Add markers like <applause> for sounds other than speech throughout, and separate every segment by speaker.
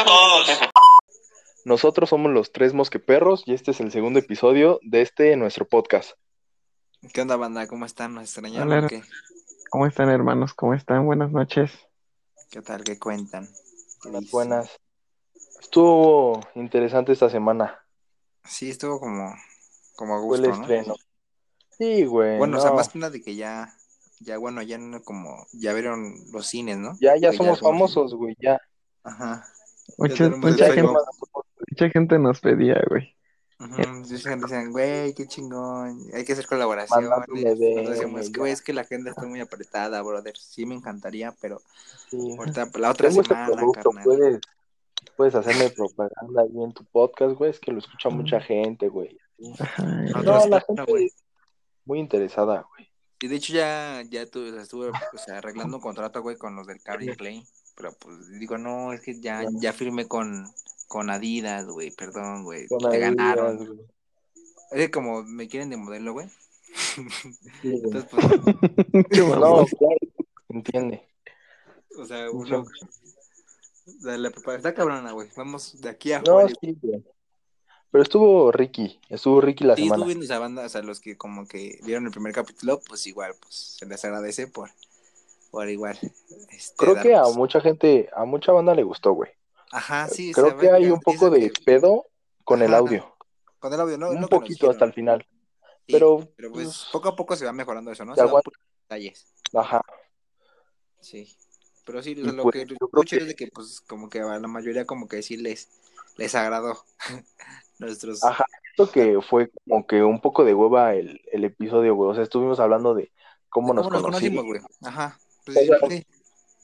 Speaker 1: a todos.
Speaker 2: Nosotros somos los tres mosqueperros y este es el segundo episodio de este nuestro podcast.
Speaker 3: ¿Qué onda, banda? ¿Cómo están? ¿Nos extrañaron?
Speaker 4: Hola.
Speaker 3: o ¿Qué?
Speaker 4: ¿Cómo están, hermanos? ¿Cómo están? Buenas noches.
Speaker 3: ¿Qué tal? ¿Qué cuentan? ¿Qué
Speaker 2: Buenas,
Speaker 3: dicen?
Speaker 2: buenas. Estuvo interesante esta semana.
Speaker 3: Sí, estuvo como, como a
Speaker 2: Fue el
Speaker 3: gusto, ¿no?
Speaker 2: estreno. Sí, güey.
Speaker 3: Bueno, o sea,
Speaker 2: no.
Speaker 3: más que nada de que ya, ya bueno, ya no como, ya vieron los cines, ¿no?
Speaker 2: Ya, ya
Speaker 3: Que
Speaker 2: somos
Speaker 3: como-
Speaker 2: famosos, güey. Ya.
Speaker 3: Ajá.
Speaker 4: Mucha,
Speaker 3: tenemos el
Speaker 4: mucha
Speaker 2: Ya,
Speaker 3: Facebook.
Speaker 2: ¿qué
Speaker 4: gente,
Speaker 2: más?
Speaker 4: mucha gente nos pedía, güey.
Speaker 3: Ujú, sí, gente decían, güey, qué chingón, hay que hacer colaboraciones.
Speaker 2: Mandándome
Speaker 3: Nosotros decíamos,
Speaker 2: DM,
Speaker 3: güey,
Speaker 2: ya.
Speaker 3: es que la agenda está muy apretada, brother. Sí me encantaría, pero
Speaker 2: Sí.
Speaker 3: ahorita la otra
Speaker 2: Tengo este
Speaker 3: semana,
Speaker 2: producto,
Speaker 3: carnal.
Speaker 2: puedes, puedes hacerme propaganda ahí en tu podcast, güey. Es que lo escucha mucha gente, güey.
Speaker 4: Ajá,
Speaker 3: Mm. No,
Speaker 4: <laughs> güey.
Speaker 2: No, la
Speaker 3: espera,
Speaker 2: gente
Speaker 3: güey.
Speaker 2: es muy interesada, güey.
Speaker 3: Y de hecho ya, ya tu- o sea, estuve o sea,
Speaker 2: <laughs>
Speaker 3: arreglando un contrato, güey, con los del Cable Play. Pero pues digo, no, es que ya, ya firmé con, con Adidas, güey, perdón, güey.
Speaker 2: Con
Speaker 3: Te
Speaker 2: Adidas,
Speaker 3: ganaron.
Speaker 2: güey.
Speaker 3: Es que como me quieren de modelo, güey.
Speaker 2: Sí, güey.
Speaker 3: Entonces, pues,
Speaker 4: Qué
Speaker 2: No,
Speaker 4: mamón.
Speaker 2: claro, entiende.
Speaker 3: o
Speaker 2: <laughs>
Speaker 3: sea, uno... o sea, la prepara- Está cabrona, güey. Vamos de aquí a
Speaker 2: No,
Speaker 3: Juárez.
Speaker 2: sí, güey. Pero estuvo Ricky, estuvo Ricky la
Speaker 3: Sí,
Speaker 2: semana.
Speaker 3: estuvo viendo esa banda, o sea, los que como que vieron el primer capítulo, pues igual, pues se les agradece por, por igual. este,
Speaker 2: Creo que a
Speaker 3: darnos-
Speaker 2: mucha gente, a mucha banda le gustó, güey.
Speaker 3: Ajá, sí. o
Speaker 2: Creo
Speaker 3: sea,
Speaker 2: que hay
Speaker 3: ya
Speaker 2: un poco
Speaker 3: dicen
Speaker 2: de
Speaker 3: que-
Speaker 2: pedo con el
Speaker 3: Ajá,
Speaker 2: audio.
Speaker 3: Con el audio, ¿no? Es
Speaker 2: Un
Speaker 3: lo que nos
Speaker 2: poquito hasta
Speaker 3: dijeron.
Speaker 2: el final.
Speaker 3: Sí,
Speaker 2: Pero,
Speaker 3: pero pues,
Speaker 2: pues,
Speaker 3: poco a poco se va mejorando eso, ¿no?
Speaker 2: te
Speaker 3: Se dan
Speaker 2: aguanta.
Speaker 3: puros detalles.
Speaker 2: Ajá.
Speaker 3: Sí. Pero sí,
Speaker 2: Y
Speaker 3: lo
Speaker 2: pues,
Speaker 3: que
Speaker 2: yo creo
Speaker 3: escucho
Speaker 2: que-
Speaker 3: es de que pues como que a la mayoría como que sí les, les agradó <laughs> nuestros...
Speaker 2: Ajá. Esto que fue como que un poco de hueva el, el episodio, güey. O sea, estuvimos hablando de cómo,
Speaker 3: ¿Cómo
Speaker 2: nos, conocimos.
Speaker 3: güey? Ajá. Pues,
Speaker 2: O sea,
Speaker 3: sí.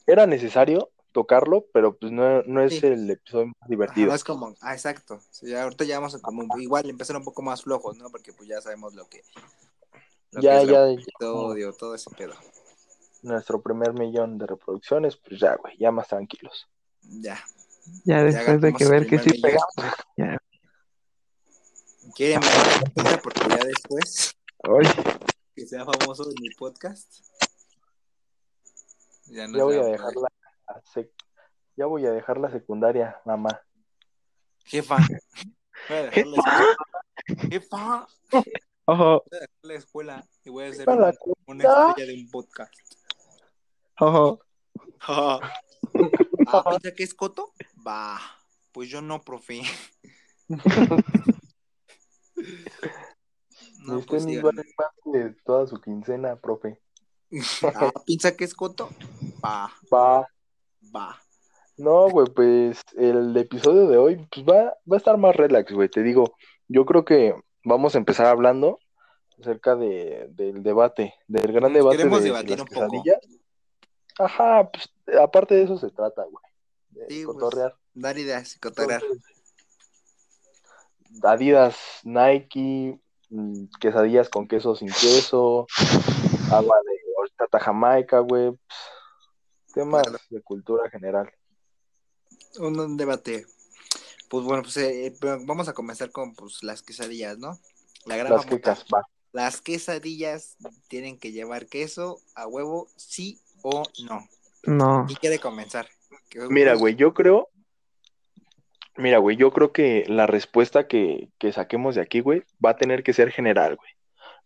Speaker 2: Era necesario tocarlo, pero pues no, no es
Speaker 3: Sí.
Speaker 2: el episodio más
Speaker 3: Ajá,
Speaker 2: divertido.
Speaker 3: no es como, ah, exacto. Sí, ya ahorita ya vamos a como, igual empezar un poco más flojos, ¿no? Porque pues ya sabemos lo que... lo
Speaker 2: ya,
Speaker 3: que es el
Speaker 2: ya,
Speaker 3: episodio, todo ese pedo.
Speaker 2: nuestro primer millón de reproducciones, pues ya, güey, ya más tranquilos.
Speaker 3: Ya.
Speaker 4: Ya después de
Speaker 3: gastamos
Speaker 4: que
Speaker 3: el
Speaker 4: ver que
Speaker 3: primer
Speaker 4: sí
Speaker 3: millón.
Speaker 4: pegamos. Ya.
Speaker 3: ¿Quieren pues? ver la cuenta? Porque ya después
Speaker 2: Ay,
Speaker 3: que sea famoso en mi podcast. no
Speaker 2: ya
Speaker 3: se
Speaker 2: voy
Speaker 3: va
Speaker 2: a
Speaker 3: poder.
Speaker 2: dejar la, la sec- ya voy a dejar la secundaria, mamá.
Speaker 3: Jefa.
Speaker 2: <laughs>
Speaker 3: Voy a dejar la escuela. Jefa.
Speaker 4: Ojo,
Speaker 3: Voy a dejar la escuela y voy a ser
Speaker 2: Jefa, la
Speaker 3: un- una estrella de
Speaker 2: <laughs>
Speaker 3: un podcast.
Speaker 4: ojo.
Speaker 3: ah, ¿piensa que es coto? Va. Pues yo no,
Speaker 2: <laughs>
Speaker 3: profe. no,
Speaker 2: Usted
Speaker 3: pues
Speaker 2: ni
Speaker 3: díganme.
Speaker 2: vale más que toda su quincena, profe.
Speaker 3: Ah, ¿piensa que es coto? Va,
Speaker 2: Va.
Speaker 3: va.
Speaker 2: No, güey, pues el episodio de hoy pues, va, va a estar más relax, güey, te digo. Yo creo que vamos a empezar hablando acerca de, del debate, del gran
Speaker 3: Nos
Speaker 2: debate
Speaker 3: queremos
Speaker 2: de
Speaker 3: debatir
Speaker 2: las
Speaker 3: un poco.
Speaker 2: quesadillas. Ajá, pues aparte de eso se trata, güey, de
Speaker 3: Sí, pues,
Speaker 2: cotorrear.
Speaker 3: Dar ideas y cotorrear.
Speaker 2: Entonces, Adidas, Nike, mm, quesadillas con queso sin queso, agua de horchata jamaica, güey, pues, temas
Speaker 3: Claro.
Speaker 2: de cultura general.
Speaker 3: un, un debate. Pues bueno, pues eh, pero vamos a comenzar con pues, las quesadillas, ¿no? La gran
Speaker 2: Las
Speaker 3: famosa.
Speaker 2: quecas, va.
Speaker 3: Las quesadillas tienen que llevar queso a huevo, sí o no.
Speaker 4: No.
Speaker 3: ¿Y quiere comenzar? pues? Que-
Speaker 2: Mira, güey, yo creo. Mira, güey, yo creo que la respuesta que, que saquemos de aquí, güey, va a tener que ser general, güey.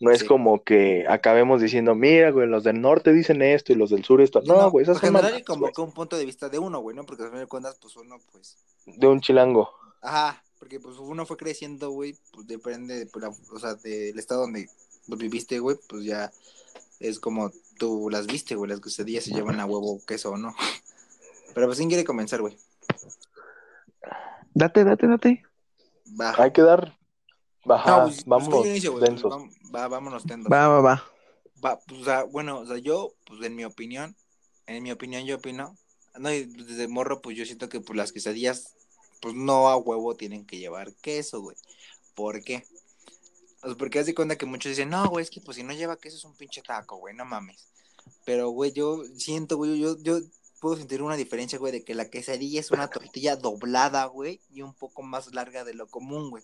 Speaker 2: No es
Speaker 3: Sí.
Speaker 2: como que acabemos diciendo, mira, güey, los del norte dicen esto y los del sur esto. No, güey, esas
Speaker 3: en
Speaker 2: son
Speaker 3: general
Speaker 2: mamadas,
Speaker 3: y como
Speaker 2: güey,
Speaker 3: que un punto de vista de uno, güey, ¿no? Porque al final de cuentas, pues uno, pues.
Speaker 2: de un chilango.
Speaker 3: Ajá, porque pues uno fue creciendo, güey, pues depende, de, pues, la- o sea, del estado donde pues, viviste, güey, pues ya es como tú las viste, güey, las quesadillas se llevan a huevo queso o no. <laughs> Pero pues, ¿quién quiere comenzar, güey?
Speaker 4: Date, date, date.
Speaker 3: Va.
Speaker 2: Hay que dar. Ajá,
Speaker 3: No, pues, pues,
Speaker 2: vámonos
Speaker 3: ¿qué inicio, güey?
Speaker 2: densos.
Speaker 3: Pues, vam- va, vámonos tensos.
Speaker 4: Va, va, va.
Speaker 3: Va, pues, o sea, bueno, o sea, yo, pues en mi opinión, en mi opinión yo opino, no, y desde morro, pues yo siento que pues las quesadillas, pues no a huevo tienen que llevar queso, güey. ¿Por qué? O sea, porque haz de cuenta que muchos dicen, no, güey, es que pues si no lleva queso es un pinche taco, güey, no mames. Pero, güey, yo siento, güey, yo, yo puedo sentir una diferencia, güey, de que la quesadilla es una tortilla doblada, güey, y un poco más larga de lo común, güey.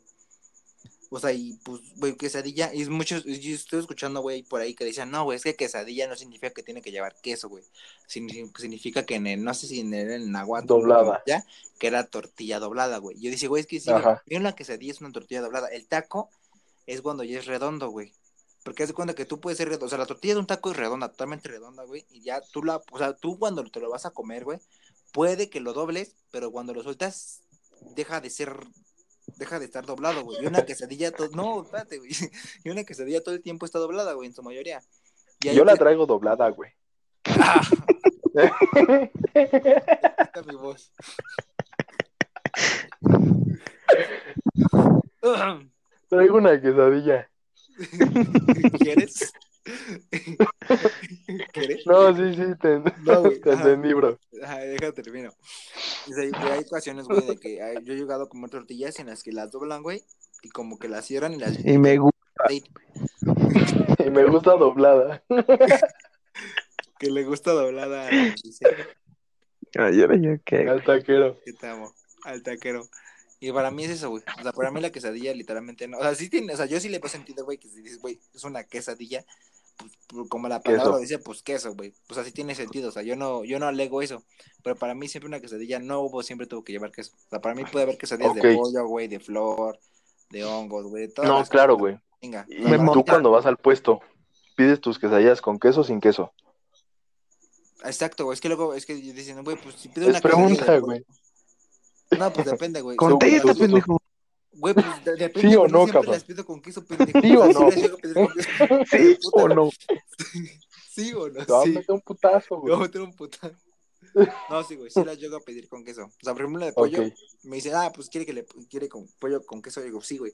Speaker 3: O sea, y pues, güey, quesadilla, y es muchos, yo estoy escuchando, güey, por ahí que decían, no, güey, es que quesadilla no significa que tiene que llevar queso, güey. Signi- Significa que en el, no sé si en el, en náhuatl,
Speaker 2: Doblada.
Speaker 3: Ya, que era tortilla doblada, güey. Yo dije, güey, es que sí,
Speaker 2: Ajá.
Speaker 3: güey, una quesadilla es una tortilla doblada. El taco es cuando ya es redondo, güey. Porque haz de cuenta que tú puedes ser redondo. O sea, la tortilla de un taco es redonda, totalmente redonda, güey. Y ya tú la, o sea, tú cuando te lo vas a comer, güey, puede que lo dobles, pero cuando lo sueltas, deja de ser, deja de estar doblado, güey.
Speaker 2: <laughs>
Speaker 3: Y una quesadilla, to- no, espérate, güey. Y una quesadilla todo el tiempo está doblada, güey, en su mayoría. Y ahí
Speaker 2: Yo la
Speaker 3: te-
Speaker 2: traigo doblada,
Speaker 3: <laughs>
Speaker 2: güey.
Speaker 3: ¡Ah! Está
Speaker 2: <laughs>
Speaker 3: mi voz. <laughs>
Speaker 2: Traigo una quesadilla.
Speaker 3: <laughs> ¿Quieres? ¿Quieres?
Speaker 2: No, sí, sí, te,
Speaker 3: No, güey,
Speaker 2: te
Speaker 3: ajá.
Speaker 2: entendí, bro.
Speaker 3: Ajá, déjate, termino. O sea, que hay ocasiones, güey, de que hay- yo he llegado a comer tortillas en las que las doblan, güey, y como que las cierran y las...
Speaker 4: Y me gusta.
Speaker 2: Y me gusta doblada.
Speaker 3: <laughs>
Speaker 2: <laughs>
Speaker 3: Que le gusta doblada. a- Dice,
Speaker 4: Ay, ahora yo qué.
Speaker 2: Al taquero.
Speaker 3: que te amo, al taquero. Y para mí es eso, güey. O sea, para mí la quesadilla literalmente no. O sea, sí tiene, o sea, yo sí le he sentido, güey, que si dices, güey, es una quesadilla, pues, pues, como la palabra
Speaker 2: Queso.
Speaker 3: lo dice, pues queso, güey. Pues así tiene sentido, o sea, yo no, yo no alego eso. Pero para mí siempre una quesadilla no hubo, siempre tuvo que llevar queso. O sea, para mí puede haber quesadillas de
Speaker 2: Ok.
Speaker 3: pollo, güey, de flor, de hongos, güey, de todas
Speaker 2: No,
Speaker 3: las-
Speaker 2: claro, güey.
Speaker 3: Venga.
Speaker 2: Y
Speaker 4: Me
Speaker 2: tú
Speaker 4: monta.
Speaker 2: cuando vas al puesto, pides tus quesadillas con queso o sin queso.
Speaker 3: Exacto, güey. Es que luego, es que dicen, güey, pues si pido
Speaker 2: Es
Speaker 3: una quesadilla
Speaker 2: pregunta,
Speaker 3: de
Speaker 2: güey.
Speaker 3: pollo- No, pues depende, güey.
Speaker 2: Con-
Speaker 4: Contesta,
Speaker 2: Según-
Speaker 4: pendejo.
Speaker 3: Güey, pues de- depende.
Speaker 2: ¿Sí o
Speaker 3: güey,
Speaker 2: no,
Speaker 3: siempre
Speaker 2: cabrón?
Speaker 3: las pido con queso, pendejo. <laughs>
Speaker 2: ¿Sí o
Speaker 3: Yo
Speaker 2: no?
Speaker 3: siempre las llego a pedir con queso.
Speaker 2: <laughs>
Speaker 4: ¿Sí o
Speaker 3: Puta,
Speaker 4: no?
Speaker 3: Sí o no,
Speaker 2: Te va a
Speaker 3: sí.
Speaker 2: meter un putazo, güey.
Speaker 3: Vamos a meter un puta. No, sí, güey, sí las llego a pedir con queso. O sea, por ejemplo, la de
Speaker 2: Ok.
Speaker 3: pollo, me dice, ah, pues quiere que le quiere con pollo con queso. Digo, sí, güey.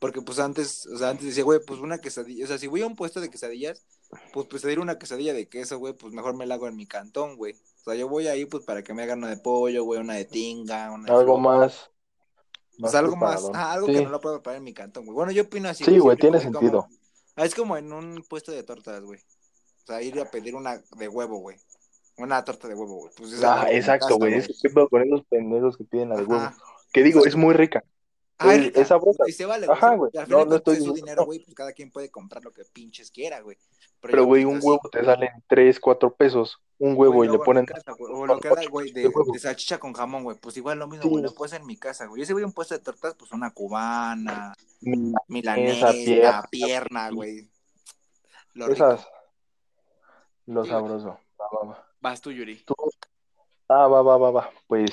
Speaker 3: Porque pues antes, o sea, antes decía, güey, pues una quesadilla. O sea, si voy a un puesto de quesadillas, pues pues pedir una quesadilla de queso, güey, pues mejor me la hago en mi cantón, güey. O sea, yo voy ahí pues para que me hagan una de pollo, güey, una de tinga, una de
Speaker 2: Algo
Speaker 3: flor.
Speaker 2: más.
Speaker 3: O sea, algo más,
Speaker 2: preparado.
Speaker 3: ah, algo
Speaker 2: Sí.
Speaker 3: que no lo puedo preparar en mi cantón, güey. Bueno, yo opino así.
Speaker 2: Sí, güey,
Speaker 3: siempre
Speaker 2: tiene
Speaker 3: como-
Speaker 2: sentido.
Speaker 3: Ah, es como en un puesto de tortas, güey. O sea, ir a pedir una de huevo, güey. Una torta de huevo, güey. Pues es algo
Speaker 2: Ah,
Speaker 3: que
Speaker 2: exacto,
Speaker 3: gasta,
Speaker 2: güey. Es que qué pedo con esos pendejos que piden al
Speaker 3: Ajá.
Speaker 2: huevo. Que digo, es muy rica.
Speaker 3: Ah,
Speaker 2: es-
Speaker 3: rica.
Speaker 2: es sabrosa.
Speaker 3: Y se vale,
Speaker 2: Ajá,
Speaker 3: güey.
Speaker 2: güey.
Speaker 3: Al
Speaker 2: No,
Speaker 3: final
Speaker 2: no
Speaker 3: no,
Speaker 2: estoy
Speaker 3: es su
Speaker 2: diciendo-
Speaker 3: dinero, güey, pues cada quien puede comprar lo que pinches quiera, güey.
Speaker 2: Pero,
Speaker 3: yo
Speaker 2: güey,
Speaker 3: pienso
Speaker 2: un
Speaker 3: así,
Speaker 2: huevo te salen 3, 4 pesos. Un huevo
Speaker 3: güey,
Speaker 2: y
Speaker 3: lo
Speaker 2: le
Speaker 3: hago en
Speaker 2: ponen.
Speaker 3: mi casa, güey. O lo que haga, güey, de,
Speaker 2: de huevo.
Speaker 3: de salchicha con jamón, güey. Pues igual lo mismo,
Speaker 2: Sí.
Speaker 3: güey. Lo puedo hacer en mi casa, güey. Yo si voy a un puesto de tortas, pues una cubana, milanesa,
Speaker 2: Esa pierna.
Speaker 3: pierna, güey. Lo rico.
Speaker 2: Esas. Lo
Speaker 3: Sí, güey.
Speaker 2: sabroso. Va, va, va.
Speaker 3: Vas tú, Yuri.
Speaker 2: Tú- Ah, va, va, va, va. Pues,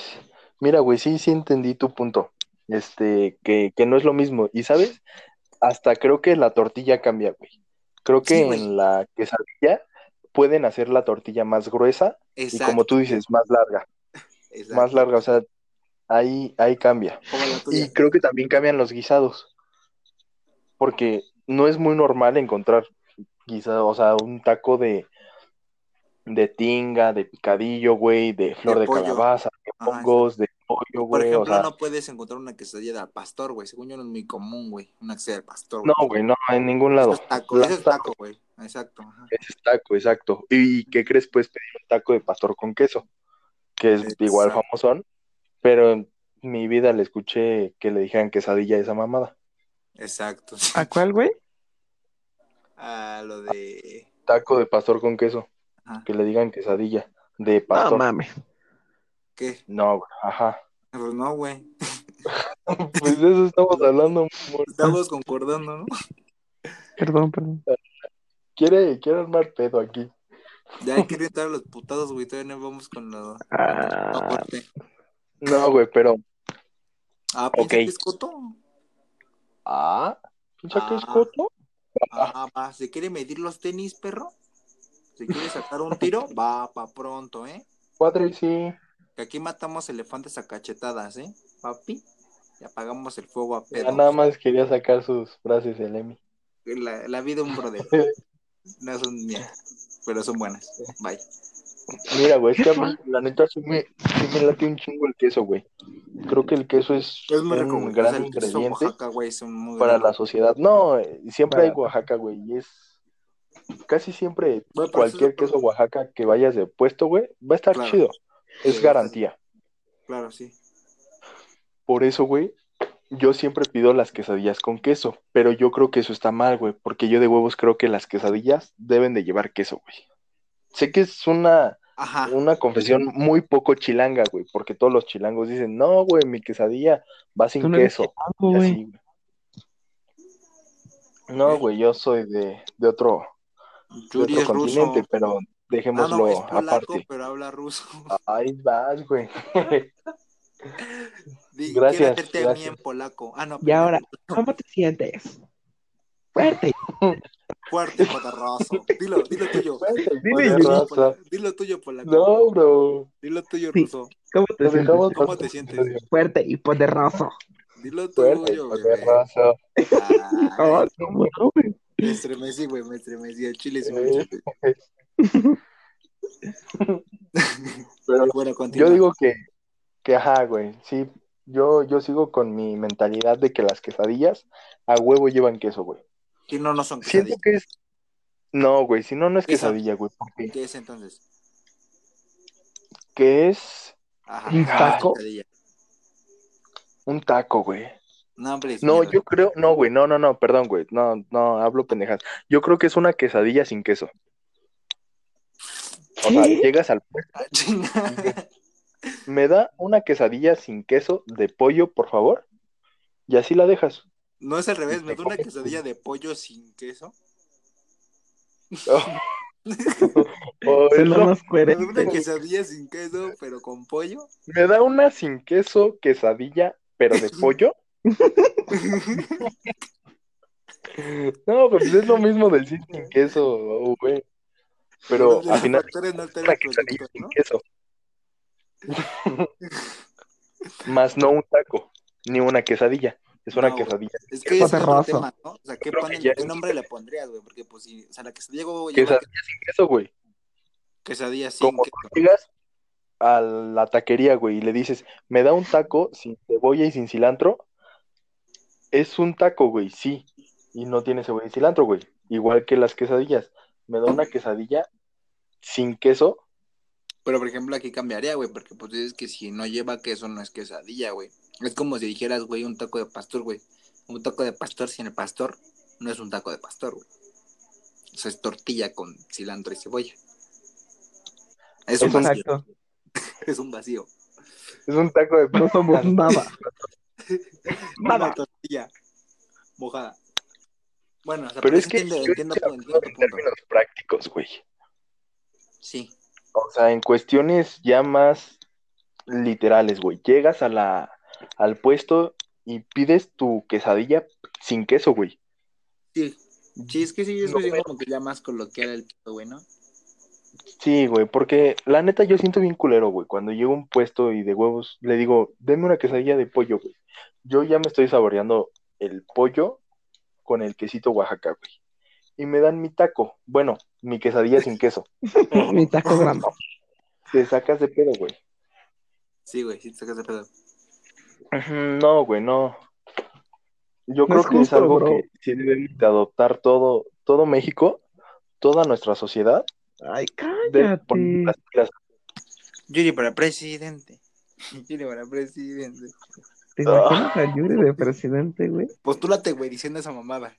Speaker 2: mira, güey, sí, sí entendí tu punto. Este, que, que no es lo mismo. Y, ¿sabes? Hasta creo que la tortilla cambia, güey. Creo que
Speaker 3: Sí, güey.
Speaker 2: en la quesadilla pueden hacer la tortilla más gruesa
Speaker 3: Exacto.
Speaker 2: y, como tú dices, más larga.
Speaker 3: exacto.
Speaker 2: Más larga, o sea, ahí, ahí cambia.
Speaker 3: Como la tuya.
Speaker 2: Y creo que también cambian los guisados. Porque no es muy normal encontrar guisado, o sea, un taco de, de tinga, de picadillo, güey, de flor
Speaker 3: De
Speaker 2: de,
Speaker 3: pollo.
Speaker 2: calabaza, de
Speaker 3: Ajá,
Speaker 2: hongos, de pollo,
Speaker 3: Por
Speaker 2: güey.
Speaker 3: ejemplo,
Speaker 2: o sea,
Speaker 3: no puedes encontrar una quesadilla del pastor, güey. Según yo, no es muy común, güey. Una quesadilla del pastor.
Speaker 2: no, güey, no, en ningún
Speaker 3: Eso
Speaker 2: lado.
Speaker 3: es taco, eso es
Speaker 2: Las-
Speaker 3: taco, güey. Exacto. ajá.
Speaker 2: Ese es taco, exacto. ¿Y qué crees? Puedes pedir un taco de pastor con queso, que es igual
Speaker 3: Exacto.
Speaker 2: famosón, pero en mi vida le escuché que le dijeran quesadilla a esa mamada.
Speaker 3: Exacto.
Speaker 4: ¿A cuál, güey?
Speaker 3: <laughs> Ah, lo de.
Speaker 2: Taco de pastor con queso,
Speaker 3: Ajá.
Speaker 2: que le digan quesadilla de
Speaker 4: No
Speaker 2: pastor.
Speaker 4: mames.
Speaker 3: ¿Qué?
Speaker 2: No, güey, ajá.
Speaker 3: Pues no, güey. <laughs>
Speaker 2: Pues de eso estamos hablando, amor.
Speaker 3: Estamos concordando, ¿no? <laughs>
Speaker 4: Perdón, perdón.
Speaker 2: Quiere, quiere armar pedo aquí.
Speaker 3: Ya hay que orientar a los putados, güey. Todavía no vamos con la. la
Speaker 4: Ah,
Speaker 3: corte.
Speaker 2: No, güey, pero.
Speaker 3: Ah, ¿piensas
Speaker 2: Ok.
Speaker 3: que es coto?
Speaker 2: Ah, ¿piensa que es
Speaker 3: Ah.
Speaker 2: coto?
Speaker 3: Ah, va. ¿Se quiere medir los tenis, perro? ¿Se quiere sacar un tiro? Va, pa' pronto, ¿eh?
Speaker 2: Padre, sí.
Speaker 3: Que aquí matamos elefantes a cachetadas, ¿eh? Papi. Y apagamos el fuego a
Speaker 2: Ya
Speaker 3: pedo.
Speaker 2: nada más quería sacar sus frases del Emi.
Speaker 3: La, la vida de un brother. No son mías, pero son buenas. Bye.
Speaker 2: Mira, güey, es que a mí, la neta, sí me, sí me late un chingo el queso, güey. Creo que el queso es,
Speaker 3: Es muy
Speaker 2: un
Speaker 3: rico, güey.
Speaker 2: gran
Speaker 3: O sea, el queso
Speaker 2: ingrediente
Speaker 3: Oaxaca, güey, son muy
Speaker 2: para
Speaker 3: ricos.
Speaker 2: la sociedad. No, eh, siempre
Speaker 4: Para-
Speaker 2: hay Oaxaca, güey, y es. Casi siempre,
Speaker 3: Güey, pero
Speaker 2: cualquier
Speaker 3: eso es-
Speaker 2: queso Oaxaca que vayas de puesto, güey, va a estar
Speaker 3: Claro.
Speaker 2: chido.
Speaker 3: Sí,
Speaker 2: Es garantía.
Speaker 3: Claro, sí.
Speaker 2: Por eso, güey, yo siempre pido las quesadillas con queso, pero yo creo que eso está mal, güey, porque yo de huevos creo que las quesadillas deben de llevar queso, güey. Sé que es una,
Speaker 3: Ajá.
Speaker 2: una confesión muy poco chilanga, güey, porque todos los chilangos dicen, no, güey, mi quesadilla va sin
Speaker 4: Tú no eres
Speaker 2: queso.
Speaker 4: chilango,
Speaker 2: y
Speaker 4: güey.
Speaker 2: así, güey. No, güey, yo soy de, de otro, de
Speaker 3: Eh. Yuri
Speaker 2: otro
Speaker 3: es ruso.
Speaker 2: continente, pero
Speaker 3: Ah, no,
Speaker 2: dejémoslo
Speaker 3: es polaco,
Speaker 2: aparte.
Speaker 3: pero habla ruso. <laughs>
Speaker 2: Ahí vas, güey.
Speaker 3: Di-
Speaker 2: Gracias,
Speaker 3: quiero hacerte a mí
Speaker 2: gracias.
Speaker 3: en polaco. Ah, no.
Speaker 4: Y ahora,
Speaker 3: pendejo.
Speaker 4: ¿cómo te sientes? Fuerte.
Speaker 3: Fuerte, patarrazo. Dilo, dilo tuyo.
Speaker 4: Dile,
Speaker 2: Buena
Speaker 4: Yuri.
Speaker 2: raza.
Speaker 3: Dilo tuyo, polaco.
Speaker 2: No, bro.
Speaker 3: Dilo tuyo,
Speaker 4: Sí.
Speaker 3: ruso.
Speaker 4: ¿Cómo te
Speaker 2: Lo
Speaker 4: sientes?
Speaker 2: dejamos para
Speaker 3: ¿Cómo te
Speaker 2: otro
Speaker 3: sientes?
Speaker 2: episodio.
Speaker 4: Fuerte y poderoso.
Speaker 3: Dilo
Speaker 2: Fuerte,
Speaker 3: tuyo,
Speaker 2: buena
Speaker 3: bebé.
Speaker 2: raza.
Speaker 4: Ah,
Speaker 3: Ay,
Speaker 4: no, bueno, güey.
Speaker 3: me estremecí, güey, me estremecí. El chile sí me
Speaker 2: Eh.
Speaker 3: estremecí.
Speaker 2: Pero
Speaker 3: Bueno, continúa.
Speaker 2: yo digo que, que ajá, güey. Sí, yo, yo sigo con mi mentalidad de que las quesadillas a huevo llevan queso, güey.
Speaker 3: que no, no son
Speaker 2: Siento
Speaker 3: quesadillas.
Speaker 2: que es. No, güey, si no, no es
Speaker 3: Queso.
Speaker 2: quesadilla, güey. Porque
Speaker 3: ¿Qué es entonces?
Speaker 2: que es
Speaker 3: Ajá. ah,
Speaker 4: ¿Un taco?
Speaker 3: quesadilla.
Speaker 2: un taco, güey.
Speaker 3: No, hombre. es
Speaker 2: No,
Speaker 3: mierda.
Speaker 2: yo creo. No, güey, no, no, no, perdón, güey. No, no, hablo pendejas. Yo creo que es una quesadilla sin queso. O sea,
Speaker 4: ¿Qué?
Speaker 2: llegas al
Speaker 3: Ah, <laughs> chinga.
Speaker 2: ¿Me da una quesadilla sin queso de pollo, por favor? Y así la dejas.
Speaker 3: No es al revés, me da una quesadilla de pollo sin queso.
Speaker 2: O
Speaker 4: Es
Speaker 2: es
Speaker 4: lo
Speaker 2: lo-
Speaker 4: más
Speaker 3: Me da
Speaker 4: coherente.
Speaker 3: una quesadilla sin queso, pero con pollo.
Speaker 2: ¿Me da una sin queso quesadilla, pero de pollo? <laughs> No, pero pues es lo mismo del sin, sin queso, güey. Pero al
Speaker 3: Los
Speaker 2: final,
Speaker 3: factores no alteran
Speaker 2: una
Speaker 3: el
Speaker 2: quesadilla
Speaker 3: producto,
Speaker 2: sin
Speaker 3: ¿no?
Speaker 2: queso. <laughs> Más no un taco, ni una quesadilla. Es una
Speaker 3: No, güey.
Speaker 2: quesadilla.
Speaker 3: Es que es otro
Speaker 4: Patarrazo.
Speaker 3: tema, ¿no? O sea, ¿qué,
Speaker 2: Yo creo que
Speaker 3: ponen-
Speaker 2: ya
Speaker 3: qué
Speaker 2: es-
Speaker 3: nombre le pondrías, güey? Porque, pues, si, o sea, la quesadilla, güey, lleva
Speaker 2: Quesadilla sin queso, güey.
Speaker 3: quesadilla sin
Speaker 2: Como
Speaker 3: queso.
Speaker 2: tú llegas a la taquería, güey, y le dices, me da un taco sin cebolla y sin cilantro, es un taco, güey, sí, y no tiene cebolla y cilantro, güey, igual que las quesadillas. Me da una quesadilla sin queso,
Speaker 3: Pero, por ejemplo, aquí cambiaría, güey, porque, pues, dices que si no lleva queso, no es quesadilla, güey. Es como si dijeras, güey, un taco de pastor, güey. Un taco de pastor sin el pastor no es un taco de pastor, güey. O sea, es tortilla con cilantro y cebolla. Es un
Speaker 2: Eso-
Speaker 3: vacío.
Speaker 4: Exacto.
Speaker 3: Es un vacío.
Speaker 2: es un taco de
Speaker 4: No somos nada.
Speaker 3: Una
Speaker 4: <laughs> Nada.
Speaker 3: tortilla mojada. Bueno, o sea, pues
Speaker 2: Pero es que
Speaker 3: entiendo,
Speaker 2: yo
Speaker 3: entiendo,
Speaker 2: estoy
Speaker 3: entiendo
Speaker 2: hablando
Speaker 3: tu
Speaker 2: en
Speaker 3: punto.
Speaker 2: términos prácticos, güey.
Speaker 3: Sí.
Speaker 2: O sea, en cuestiones ya más literales, güey. Llegas a la, al puesto y pides tu quesadilla sin queso, güey.
Speaker 3: Sí. Sí, es que sí, es
Speaker 2: No,
Speaker 3: que sí,
Speaker 2: güey.
Speaker 3: como que ya más coloquial el pedo, güey, ¿no?
Speaker 2: Sí, güey, porque la neta yo siento bien culero, güey. Cuando llego a un puesto y de huevos le digo, deme una quesadilla de pollo, güey. Yo ya me estoy saboreando el pollo con el quesito Oaxaca, güey. Y me dan mi taco. Bueno, mi quesadilla sin
Speaker 4: <laughs>
Speaker 2: queso.
Speaker 4: Mi taco grande.
Speaker 2: Te sacas de pedo, güey.
Speaker 3: Sí, güey, sí te sacas de pedo.
Speaker 2: No, güey, no. Yo
Speaker 4: No
Speaker 2: creo
Speaker 4: es
Speaker 2: que es
Speaker 4: justo,
Speaker 2: algo
Speaker 4: bro.
Speaker 2: que sí debemos de adoptar todo, todo México, toda nuestra sociedad.
Speaker 4: Ay,
Speaker 2: Debe poner
Speaker 4: cállate.
Speaker 2: las pilas.
Speaker 3: Yuri para presidente. <laughs> Yuri para presidente.
Speaker 4: ¿Te imaginas a Yuri de presidente, güey?
Speaker 3: Postúlate, güey, diciendo esa mamada.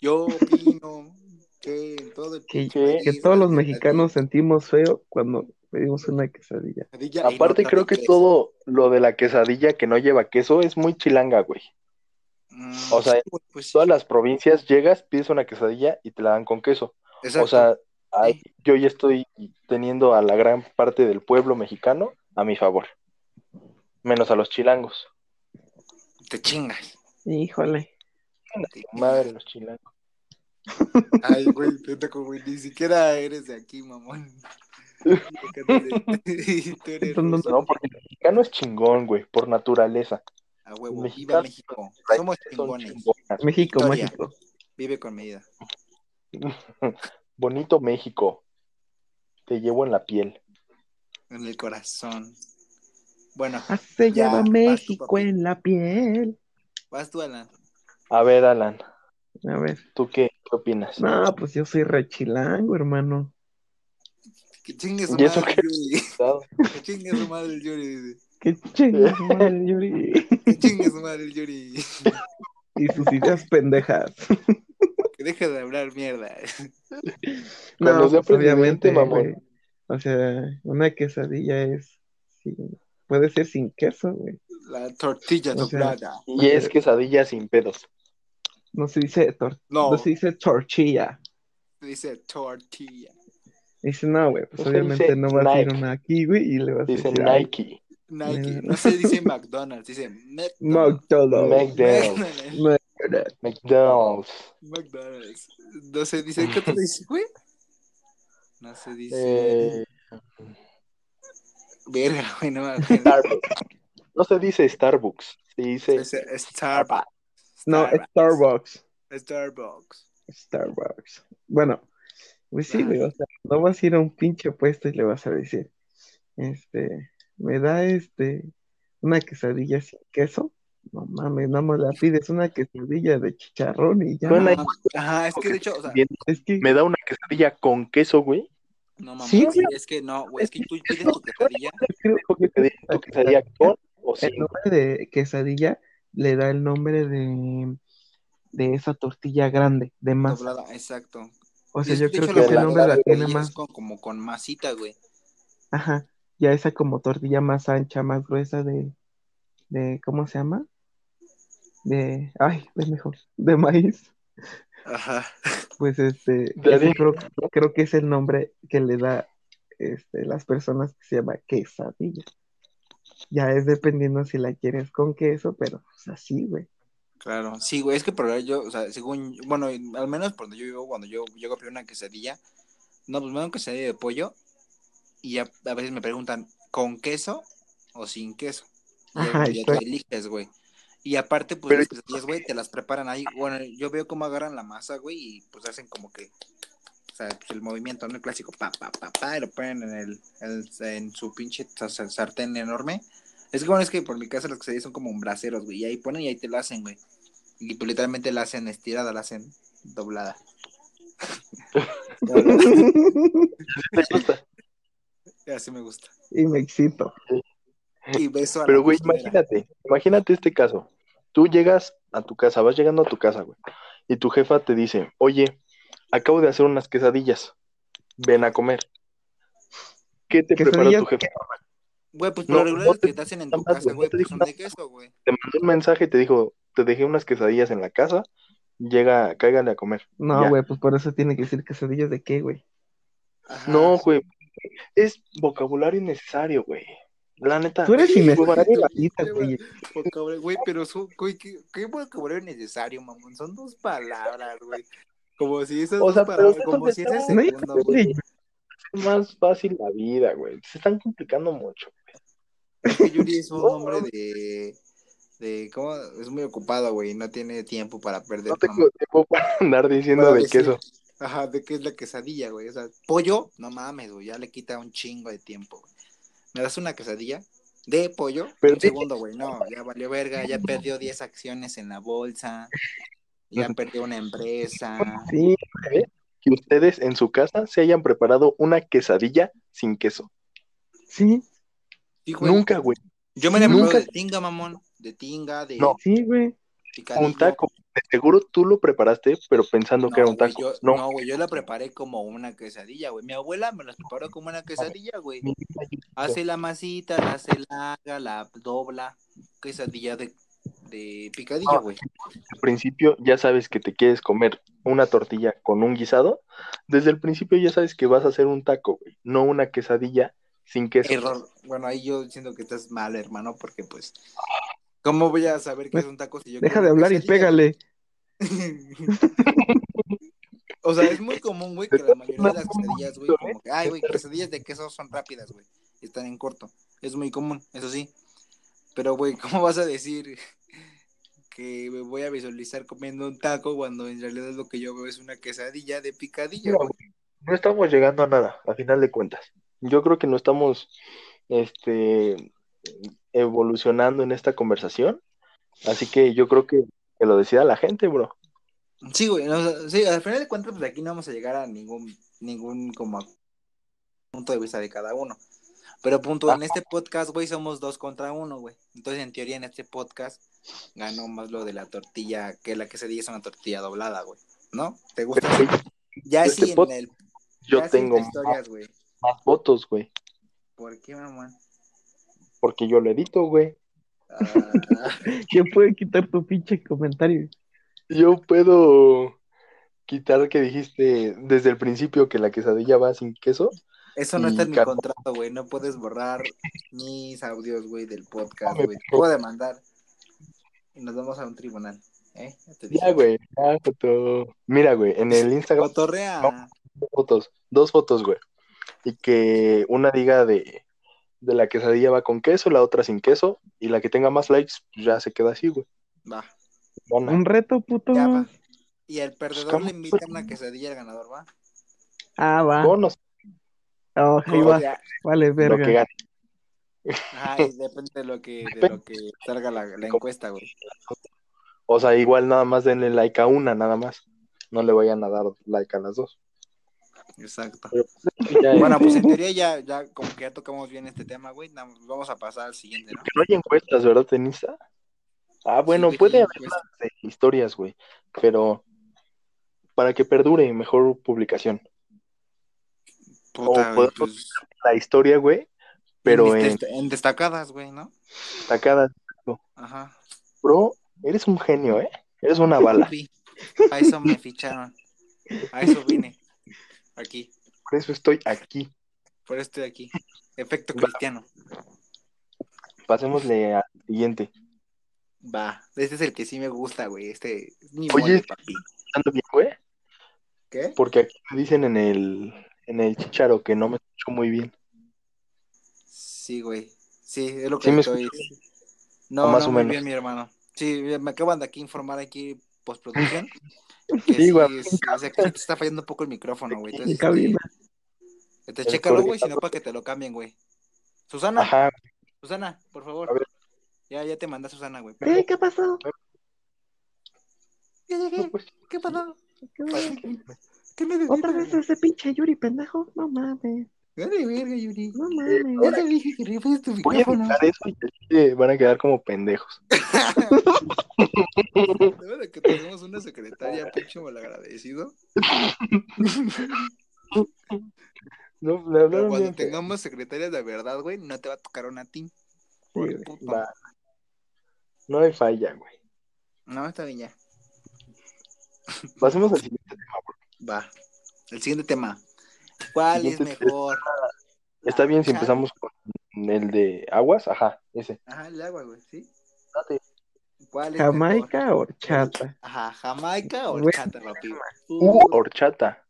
Speaker 3: Yo opino que en todo el
Speaker 4: Que-
Speaker 3: país
Speaker 4: Que todos los
Speaker 3: la
Speaker 4: mexicanos sentimos feo cuando pedimos una quesadilla.
Speaker 3: quesadilla <laughs> y
Speaker 2: Aparte,
Speaker 3: no
Speaker 2: creo que
Speaker 3: trae queso.
Speaker 2: todo lo de la quesadilla que no lleva queso es muy chilanga, güey.
Speaker 3: Mm,
Speaker 2: o sea,
Speaker 3: sí, güey, pues sí.
Speaker 2: todas las provincias llegas, pides una quesadilla y te la dan con queso.
Speaker 3: Exacto.
Speaker 2: O sea, ahí yo ya estoy teniendo a la gran parte del pueblo mexicano a mi favor, menos a los chilangos.
Speaker 3: te chingas.
Speaker 4: Híjole.
Speaker 3: Te-
Speaker 2: Madre los chilangos.
Speaker 3: Ay, güey, te güey, ni siquiera eres de
Speaker 2: <laughs>
Speaker 3: aquí, mamón. <laughs> Tú eres
Speaker 4: No, no,
Speaker 3: ruso.
Speaker 2: No, porque el mexicano es chingón, güey, por naturaleza.
Speaker 3: A huevo, viva
Speaker 2: Mexicanos
Speaker 3: México.
Speaker 2: Las
Speaker 3: Somos
Speaker 2: raíces son
Speaker 3: chingones.
Speaker 2: chingonas.
Speaker 4: México,
Speaker 3: Victoria.
Speaker 4: México.
Speaker 3: Vive con medida.
Speaker 2: Bonito México. Te llevo en la piel.
Speaker 3: En el corazón. Bueno,
Speaker 2: Ah.
Speaker 4: Se
Speaker 3: Ya,
Speaker 4: lleva
Speaker 3: vas tú,
Speaker 4: México
Speaker 3: papi.
Speaker 4: en la piel.
Speaker 3: vas tú, Alan.
Speaker 2: A ver, Alan,
Speaker 4: A ver.
Speaker 2: ¿tú qué, qué opinas?
Speaker 4: No, pues yo soy rechilango, hermano.
Speaker 3: Que chingue su
Speaker 2: ¿Y eso
Speaker 3: madre el Yuri. <laughs>
Speaker 2: Cuidado.
Speaker 3: Que chingue su madre el Yuri. dice.
Speaker 4: <laughs> Que chingue su madre el Yuri.
Speaker 3: Chingue su madre el Yuri.
Speaker 4: Y sus ideas pendejas.
Speaker 3: Que deje de hablar mierda.
Speaker 2: Cuando sea
Speaker 4: pues,
Speaker 2: presidente, mamón.
Speaker 4: güey. O sea, una quesadilla es. sí, puede ser sin queso, güey.
Speaker 3: La tortilla
Speaker 4: O sea,
Speaker 3: doblada.
Speaker 2: Y es quesadilla sin pedos.
Speaker 4: No se dice tor-
Speaker 3: No.
Speaker 4: no
Speaker 2: pues
Speaker 4: se dice tortilla.
Speaker 3: Dice tortilla.
Speaker 4: Dice, no, güey, pues
Speaker 2: No se
Speaker 4: obviamente
Speaker 2: dice
Speaker 4: no vas a ir
Speaker 2: Nike.
Speaker 4: una aquí, güey, y le vas
Speaker 2: Dice
Speaker 4: a decir. ay,
Speaker 2: Nike,
Speaker 3: Nike.
Speaker 2: Eh.
Speaker 4: Mm.
Speaker 3: No se dice
Speaker 2: <laughs>
Speaker 3: McDonald's, dice McDonald's. <laughs>
Speaker 4: McDonald's.
Speaker 2: McDonald's, McDonald's.
Speaker 3: McDonald's. No se dice, ¿qué te dice, güey? No se dice.
Speaker 2: Eh,
Speaker 3: Verga, güey, no me acuerdo.
Speaker 2: Starbucks. No se dice Starbucks, se dice
Speaker 3: Es- es Starbucks.
Speaker 4: Ah, No, Starbucks.
Speaker 3: Starbucks.
Speaker 4: Starbucks. Bueno, pues sí,
Speaker 3: Ajá.
Speaker 4: güey, o sea, no vas a ir a un pinche puesto y le vas a decir, este, me da este, una quesadilla sin queso. No mames, nada más la pides una quesadilla de chicharrón y ya.
Speaker 2: Bueno,
Speaker 3: Ah, Ajá, es que de hecho, o sea,
Speaker 2: Bien,
Speaker 4: es que,
Speaker 2: me da una quesadilla con queso, güey.
Speaker 3: no mames,
Speaker 4: Sí, güey.
Speaker 3: es que no, güey, es que tú pides tu quesadilla.
Speaker 4: creo
Speaker 2: Dijo que te di tu quesadilla Eh, con o
Speaker 4: el
Speaker 2: sin.
Speaker 4: nombre de quesadilla le da el nombre de, de esa tortilla grande, de masa.
Speaker 3: Doblada, exacto.
Speaker 4: O
Speaker 3: Y
Speaker 4: sea,
Speaker 3: es
Speaker 4: yo
Speaker 3: de
Speaker 4: creo
Speaker 3: hecho
Speaker 4: que
Speaker 2: la
Speaker 4: ese nombre la
Speaker 2: verdad,
Speaker 4: tiene
Speaker 3: Y es
Speaker 4: más,
Speaker 3: con- como con masita, güey.
Speaker 4: ajá, ya esa como tortilla más ancha, más gruesa de, de ¿cómo se llama? De, ay, de mejor, de maíz.
Speaker 3: Ajá.
Speaker 4: Pues este,
Speaker 2: De
Speaker 4: ese
Speaker 2: harina.
Speaker 4: creo, creo que es el nombre que le da este, las personas que se llama quesadilla. Ya es dependiendo si la quieres con queso, pero pues así, güey.
Speaker 3: Claro, sí, güey, es que por ahora yo, o sea, según, bueno, al menos cuando yo vivo, cuando yo llego a pedir una quesadilla, no, pues me dan una quesadilla de pollo y ya a veces me preguntan, ¿con queso o sin queso? Y ya,
Speaker 4: Ajá,
Speaker 3: ya tú
Speaker 4: exacto.
Speaker 3: eliges, güey. Y aparte, pues
Speaker 2: Pero-
Speaker 3: las quesadillas, güey, te las preparan ahí. Bueno, yo veo cómo agarran la masa, güey, y pues hacen como que, o sea, pues, el movimiento, ¿no? El clásico, pa, pa, pa, pa, y lo ponen en, el, en- en su pinche sa- sa- sartén enorme. Es que bueno, es que por mi casa las quesadillas son como un braseros, güey, y ahí ponen y ahí te lo hacen, güey. Y pues, literalmente la hacen estirada, la hacen doblada.
Speaker 2: ¿Te gusta?
Speaker 3: Así
Speaker 2: <laughs>
Speaker 3: me gusta.
Speaker 4: Y me excito.
Speaker 3: Y beso a
Speaker 2: Pero,
Speaker 3: la
Speaker 2: güey,
Speaker 3: costurera.
Speaker 2: imagínate, imagínate este caso. Tú llegas a tu casa, vas llegando a tu casa, güey, y tu jefa te dice, oye, acabo de hacer unas quesadillas, ven a comer. ¿Qué te preparó
Speaker 4: Quesadillas,
Speaker 2: tu jefa?
Speaker 3: Güey, pues
Speaker 2: No,
Speaker 3: por lo regular
Speaker 2: no
Speaker 3: las que
Speaker 2: te-
Speaker 3: te hacen en
Speaker 2: nada
Speaker 3: tu
Speaker 2: más,
Speaker 3: casa,
Speaker 2: güey,
Speaker 3: güey,
Speaker 2: no te
Speaker 3: pues
Speaker 2: digo
Speaker 3: son
Speaker 2: nada.
Speaker 3: de queso, güey.
Speaker 2: Te mandó un mensaje y te dijo, te dejé unas quesadillas en la casa, llega, cáigale a comer.
Speaker 4: No,
Speaker 2: Ya.
Speaker 4: güey, pues por eso tiene que decir quesadillas de qué, güey.
Speaker 3: Ajá.
Speaker 2: No, güey, es vocabulario innecesario, güey. La neta,
Speaker 4: Tú eres
Speaker 2: qué
Speaker 4: innecesario,
Speaker 2: hueva-
Speaker 4: maldita, güey.
Speaker 3: Vocabulario, Güey, pero su, güey, ¿qué, qué vocabulario necesario, mamón? Son dos palabras, güey. Como si esas
Speaker 2: O
Speaker 3: dos
Speaker 2: sea, pero
Speaker 3: palabras,
Speaker 2: eso
Speaker 3: como
Speaker 2: te
Speaker 3: si ese
Speaker 2: está-
Speaker 4: No hay
Speaker 3: segundo, güey.
Speaker 2: más fácil la vida, güey. Se están complicando mucho.
Speaker 3: Es que Yuri es un
Speaker 2: No,
Speaker 3: hombre
Speaker 2: no.
Speaker 3: de, de, ¿cómo? Es muy ocupado, güey, no tiene tiempo para perder.
Speaker 2: No tengo
Speaker 3: mamón.
Speaker 2: tiempo <laughs> para andar diciendo
Speaker 3: Para
Speaker 2: de
Speaker 3: decir-
Speaker 2: queso.
Speaker 3: Ajá, de qué es la quesadilla, güey. O sea, pollo, no mames, güey, ya le quita un chingo de tiempo, güey. ¿Me das una quesadilla? De pollo,
Speaker 2: Pero
Speaker 3: un
Speaker 2: dije-
Speaker 3: segundo, güey. No, ya valió verga, ya perdió 10 acciones en la bolsa, ya perdió una empresa.
Speaker 4: Sí,
Speaker 2: que ustedes en su casa se hayan preparado una quesadilla sin queso.
Speaker 4: sí,
Speaker 3: Sí, güey.
Speaker 2: Nunca, güey.
Speaker 3: Yo me enamoro
Speaker 2: nunca-
Speaker 3: de tinga, mamón. De tinga, de
Speaker 2: No,
Speaker 4: sí, güey.
Speaker 3: picadillo.
Speaker 2: Un taco. De seguro tú lo preparaste, pero pensando que era un
Speaker 3: güey,
Speaker 2: taco.
Speaker 3: yo-
Speaker 2: no,
Speaker 3: no, güey, yo la preparé como una quesadilla, güey. Mi abuela me la preparó como una quesadilla, güey.
Speaker 2: mi-
Speaker 3: Hace la masita, la hace larga, la dobla. Quesadilla de, de picadillo,
Speaker 2: No.
Speaker 3: güey.
Speaker 2: al principio ya sabes que te quieres comer una tortilla con un guisado. Desde el principio ya sabes que vas a hacer un taco, güey, no una quesadilla sin queso.
Speaker 3: Error. Bueno, ahí yo siento que estás mal, hermano, porque pues. ¿Cómo voy a saber que es un taco si yo
Speaker 4: Deja
Speaker 3: quiero
Speaker 4: de
Speaker 3: una
Speaker 4: hablar y
Speaker 3: quesadilla,
Speaker 4: pégale.
Speaker 3: <laughs> O sea, es muy común, güey, que la mayoría de las quesadillas, güey, como que, ay, güey, quesadillas de queso son rápidas, güey, y están en corto. Es muy común, eso sí. Pero, güey, <laughs> ¿cómo vas a decir que me voy a visualizar comiendo un taco cuando en realidad lo que yo veo es una quesadilla de picadillo,
Speaker 2: No,
Speaker 3: güey?
Speaker 2: No estamos llegando a nada, a final de cuentas. Yo creo que no estamos este, evolucionando en esta conversación. Así que yo creo que, que lo decida la gente, bro.
Speaker 3: Sí, güey, no, o sea, sí, al final de cuentas, pues aquí no vamos a llegar a ningún, ningún como punto de vista de cada uno. Pero punto, en este podcast, güey, somos dos contra uno, güey. Entonces, en teoría, en este podcast ganó más lo de la tortilla, que la que se dice es una tortilla doblada, güey. ¿No? ¿Te gusta? ya
Speaker 2: este
Speaker 3: sí, en
Speaker 2: pod-
Speaker 3: el...
Speaker 2: Yo
Speaker 3: ya sí en
Speaker 2: tengo
Speaker 3: tus historias, güey.
Speaker 2: más votos, güey.
Speaker 3: ¿Por qué, mamá?
Speaker 2: <laughs> Porque yo lo edito, güey.
Speaker 3: Ah,
Speaker 4: ¿Quién puede quitar tu pinche comentario?
Speaker 2: Yo puedo quitar que dijiste desde el principio que la quesadilla va sin queso.
Speaker 3: Eso no
Speaker 2: Y
Speaker 3: está en mi
Speaker 2: carbón.
Speaker 3: contrato, güey. No puedes borrar mis audios, güey, del podcast,
Speaker 2: No me
Speaker 3: güey. Te puedo demandar. Y nos vamos a un tribunal, ¿eh? Ya te dije.
Speaker 2: Ya, güey. ya, Joto. Mira, güey, en el Instagram
Speaker 3: Cotorrea.
Speaker 2: No. dos fotos, dos fotos, güey. Y que una diga de, de la quesadilla va con queso, la otra sin queso, y la que tenga más likes pues, ya se queda así, güey.
Speaker 3: Va,
Speaker 2: Gana.
Speaker 4: Un reto, puto.
Speaker 3: ya va. Y al perdedor
Speaker 2: ¿cómo?
Speaker 3: le invitan una quesadilla al ganador, ¿va?
Speaker 4: Ah, va.
Speaker 2: Bonos,
Speaker 4: Oh, ahí va.
Speaker 3: Ya.
Speaker 4: Vale,
Speaker 2: lo
Speaker 4: verga.
Speaker 2: que gane.
Speaker 3: Ajá, y depende de lo que, de lo que salga la, la encuesta, güey.
Speaker 2: O sea, igual nada más denle like a una, nada más. No le vayan a dar like a las dos.
Speaker 3: Exacto.
Speaker 2: Ya, eh,
Speaker 3: Bueno, pues en teoría ya, ya como que ya tocamos bien este tema, güey. Nada más Vamos a pasar al siguiente, ¿no?
Speaker 2: no hay encuestas, ¿verdad, Tenista? Ah, bueno,
Speaker 3: Sí, güey, pues,
Speaker 2: puede
Speaker 3: hay
Speaker 2: haber
Speaker 3: encuesta.
Speaker 2: unas de historias, güey. Pero para que perdure, mejor publicación.
Speaker 3: Puta,
Speaker 2: O
Speaker 3: güey,
Speaker 2: podemos-
Speaker 3: pues,
Speaker 2: La historia, güey, pero
Speaker 3: en,
Speaker 2: en
Speaker 3: dest- en destacadas, güey, ¿no?
Speaker 2: destacadas.
Speaker 3: Ajá.
Speaker 2: Bro, eres un genio, ¿eh? Eres una <laughs> bala.
Speaker 3: Sí, a eso me ficharon. A eso vine. Aquí.
Speaker 2: Por eso estoy aquí.
Speaker 3: Por eso estoy aquí. Efecto cristiano.
Speaker 2: Pasémosle al siguiente.
Speaker 3: Va. Este es el que sí me gusta, güey. Este es mi
Speaker 2: Oye.
Speaker 3: mole, papi.
Speaker 2: Ando bien, güey,
Speaker 3: ¿Qué?
Speaker 2: porque aquí me dicen en el, en el chicharo que no me escucho muy bien.
Speaker 3: Sí, güey. Sí, es lo que
Speaker 2: ¿Sí me
Speaker 3: estoy.
Speaker 2: O
Speaker 3: No,
Speaker 2: más
Speaker 3: no,
Speaker 2: o
Speaker 3: muy
Speaker 2: menos.
Speaker 3: bien, mi hermano. Sí, eh, me acaban de aquí informar aquí
Speaker 2: <laughs>
Speaker 3: postproducción. Que
Speaker 2: Sí,
Speaker 3: sí,
Speaker 2: güey.
Speaker 3: es- o sea, que te está fallando un poco el micrófono, güey. Entonces,
Speaker 4: En cabina.
Speaker 3: este, te
Speaker 2: El
Speaker 3: chécalo, güey,
Speaker 2: correcto.
Speaker 3: si no para que te lo cambien, güey. Susana,
Speaker 2: Ajá,
Speaker 3: Susana, por
Speaker 2: A ver.
Speaker 3: favor. Ya, ya te manda Susana, güey.
Speaker 4: Eh, ¿Qué pasó?
Speaker 3: Ya llegué.
Speaker 2: pues,
Speaker 3: ¿Qué pasó?
Speaker 4: ¿Qué
Speaker 3: Pues,
Speaker 4: pasó?
Speaker 3: ¿Qué me decís?
Speaker 4: Otra vez ese pinche Yuri, pendejo. No mames.
Speaker 3: Dale, verga, Yuri.
Speaker 4: No mames.
Speaker 3: Ya te dije que rifes tu
Speaker 2: voy a
Speaker 3: micrófono.
Speaker 2: evitar eso y así que van a quedar como pendejos.
Speaker 3: <laughs> De verdad que tenemos una secretaria, pinche malagradecido.
Speaker 2: No, me
Speaker 3: Pero
Speaker 2: hablaron
Speaker 3: cuando
Speaker 2: bien.
Speaker 3: tengamos secretarias de verdad, güey, no te va a tocar una a ti.
Speaker 4: güey.
Speaker 3: Por puto.
Speaker 2: pero- Va. No hay falla, güey.
Speaker 3: No, está bien ya.
Speaker 2: Pasemos al siguiente.
Speaker 3: Va. El siguiente tema. ¿Cuál es
Speaker 2: Siguiente
Speaker 3: mejor?
Speaker 2: Está bien si
Speaker 3: Chale.
Speaker 2: empezamos con el de aguas. Ajá, ese.
Speaker 3: Ajá, el agua, güey, ¿sí?
Speaker 2: Date.
Speaker 3: ¿Cuál es mejor?
Speaker 4: Jamaica o chata.
Speaker 3: Ajá, Jamaica o
Speaker 4: Güey.
Speaker 3: chata, papi.
Speaker 2: Uh, horchata.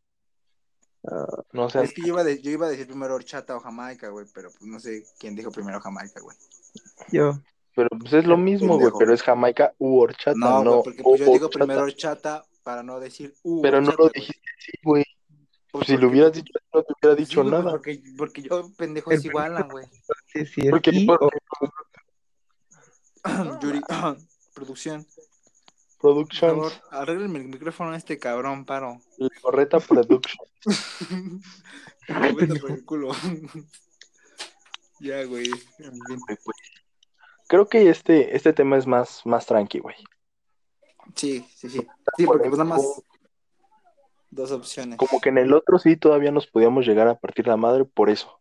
Speaker 2: Ah, No sé.
Speaker 3: Es que yo iba, a de- yo iba a decir primero horchata o jamaica, güey, pero pues no sé quién dijo primero jamaica, güey.
Speaker 4: Yo.
Speaker 2: Pero pues es lo mismo, güey.
Speaker 3: Pendejo.
Speaker 2: Pero es Jamaica u horchata,
Speaker 3: No,
Speaker 2: no.
Speaker 3: güey, porque pues,
Speaker 2: u
Speaker 3: yo digo
Speaker 2: horchata.
Speaker 3: primero horchata para no decir uh,
Speaker 2: Pero no
Speaker 3: horchata,
Speaker 2: lo
Speaker 3: güey.
Speaker 2: dijiste así, güey.
Speaker 3: Pues,
Speaker 2: Si
Speaker 3: porque-
Speaker 2: lo hubieras dicho, no te hubiera
Speaker 3: <laughs> sí,
Speaker 2: dicho
Speaker 3: güey,
Speaker 2: nada.
Speaker 3: Porque, porque yo, pendejo,
Speaker 4: El
Speaker 3: es igual, ah, güey. <clears throat>
Speaker 4: Sí, sí, es
Speaker 2: Porque,
Speaker 4: I
Speaker 2: porque
Speaker 4: o
Speaker 3: Yuri, <clears throat> producción. Por
Speaker 2: Productions,
Speaker 3: favor, arreglenme el micrófono a este cabrón, paro.
Speaker 2: la correcta production.
Speaker 3: <laughs> Me meto por el culo. <laughs> ya, güey.
Speaker 2: Creo que este, este tema es más, más tranqui, güey.
Speaker 3: Sí, sí, sí. Sí, porque pues nada más dos opciones.
Speaker 2: Como que en el otro sí todavía nos podíamos llegar a partir la madre por eso.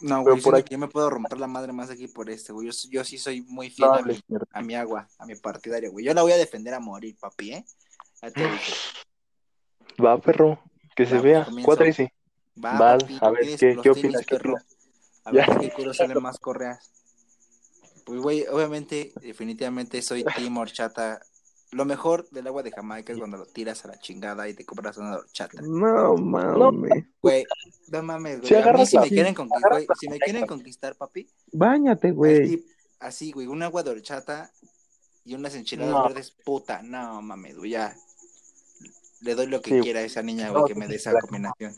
Speaker 3: No,
Speaker 2: Pero
Speaker 3: güey,
Speaker 2: por
Speaker 3: por
Speaker 2: aquí-
Speaker 3: yo me puedo romper la madre más aquí por este, güey. Yo, yo sí soy muy fiel
Speaker 2: No
Speaker 3: a, mi,
Speaker 2: hables mierda.
Speaker 3: a mi agua, a mi partidario, güey. Yo la voy a defender a morir, papi, ¿eh?
Speaker 2: <laughs>
Speaker 3: Ya te dije.
Speaker 2: Va, perro, que se
Speaker 3: Va,
Speaker 2: vea.
Speaker 3: comienza.
Speaker 2: Cuatro y sí.
Speaker 3: Va,
Speaker 2: Vas,
Speaker 3: papi,
Speaker 2: a ver,
Speaker 3: tienes
Speaker 2: ¿qué-
Speaker 3: los
Speaker 2: qué
Speaker 3: tenis,
Speaker 2: opinas, qué
Speaker 3: perro. A
Speaker 2: Ya.
Speaker 3: ver, ¿qué
Speaker 2: <laughs>
Speaker 3: culo salen más correas? Pues, güey, obviamente, definitivamente soy team horchata. Lo mejor del agua de Jamaica es cuando lo tiras a la chingada y te compras una horchata.
Speaker 4: No mames.
Speaker 3: Güey, no mames, güey.
Speaker 2: Si
Speaker 3: A mí
Speaker 2: agarras
Speaker 3: si
Speaker 2: la-
Speaker 3: me quieren conquistar,
Speaker 2: agarras
Speaker 3: güey, si me quieren conquistar, papi,
Speaker 4: Báñate, güey.
Speaker 3: así- así, güey, un agua de horchata y unas enchiladas
Speaker 2: No.
Speaker 3: verdes, puta, no mames, güey, ya. Le doy lo que
Speaker 2: Sí.
Speaker 3: quiera a esa niña, güey,
Speaker 2: No,
Speaker 3: que me dé esa
Speaker 2: la-
Speaker 3: combinación.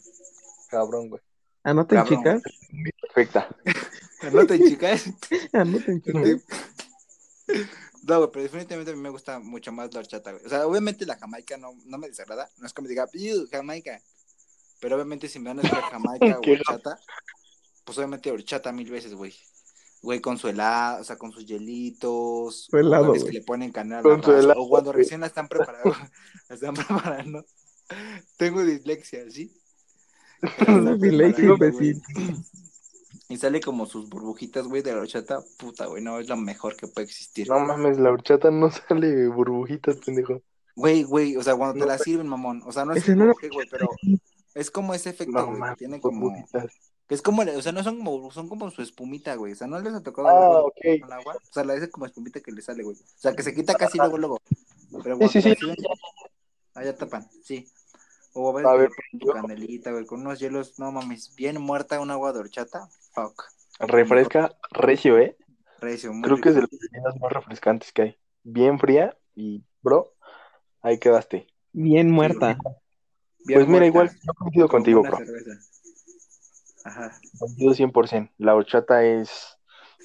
Speaker 2: Cabrón, güey.
Speaker 4: Anoten,
Speaker 3: Cabrón.
Speaker 4: chicas.
Speaker 2: Perfecta.
Speaker 3: ¿No te chicas?
Speaker 4: Anoten, chicas.
Speaker 3: No, güey, pero definitivamente a mí me gusta mucho más la horchata, güey. O sea, obviamente la jamaica no, no me desagrada. No es como diga, "Ew, jamaica. Pero obviamente si me van a decir jamaica o
Speaker 2: Qué
Speaker 3: horchata, pues obviamente horchata mil veces, güey. Güey, con su helado, o sea, con sus hielitos.
Speaker 4: Su helado,
Speaker 3: sabes que
Speaker 4: güey.
Speaker 3: le ponen canal.
Speaker 2: Con su helado,
Speaker 3: o cuando
Speaker 2: güey.
Speaker 3: recién la están preparando. <laughs> la están preparando. Tengo dislexia, ¿sí?
Speaker 4: Una dislexia
Speaker 3: Preparando, güey.
Speaker 4: imbécil.
Speaker 3: Y sale como sus burbujitas, güey, de la horchata. Puta, güey, no, es lo mejor que puede existir.
Speaker 2: No mames, la horchata no <laughs> sale burbujitas, pendejo.
Speaker 3: Güey, güey, o sea, cuando
Speaker 2: No,
Speaker 3: te la sirven, mamón. O sea, no es
Speaker 4: Ese no era-
Speaker 3: burbuja, güey, pero es como ese efecto,
Speaker 2: No
Speaker 3: güey, que
Speaker 2: mames,
Speaker 3: tiene como...
Speaker 2: burbujitas.
Speaker 3: que es como, la- o sea, no son como, son como su espumita, güey. O sea, no les ha tocado
Speaker 2: Ah,
Speaker 3: algo
Speaker 2: ok.
Speaker 3: con agua. O sea, la hace como espumita que le sale, güey. O sea, que se quita casi luego, luego. Pero
Speaker 2: Sí, sí, sí.
Speaker 3: Allá tapan, sí. O a veces
Speaker 2: A ver,
Speaker 3: con tu canelita, güey, con unos hielos, no mames, bien muerta un agua de horchata. Fuck.
Speaker 2: refresca recio, ¿eh?
Speaker 3: Recio, muy
Speaker 2: Creo que es de
Speaker 3: rico.
Speaker 2: las bebidas más refrescantes que hay. Bien fría y, bro, ahí quedaste.
Speaker 4: Bien muerta.
Speaker 3: Bien
Speaker 2: pues mira,
Speaker 3: muerta,
Speaker 2: igual, yo coincido
Speaker 3: como
Speaker 2: contigo,
Speaker 3: una
Speaker 2: bro.
Speaker 3: cerveza. Ajá.
Speaker 2: Coincido 100%. La horchata es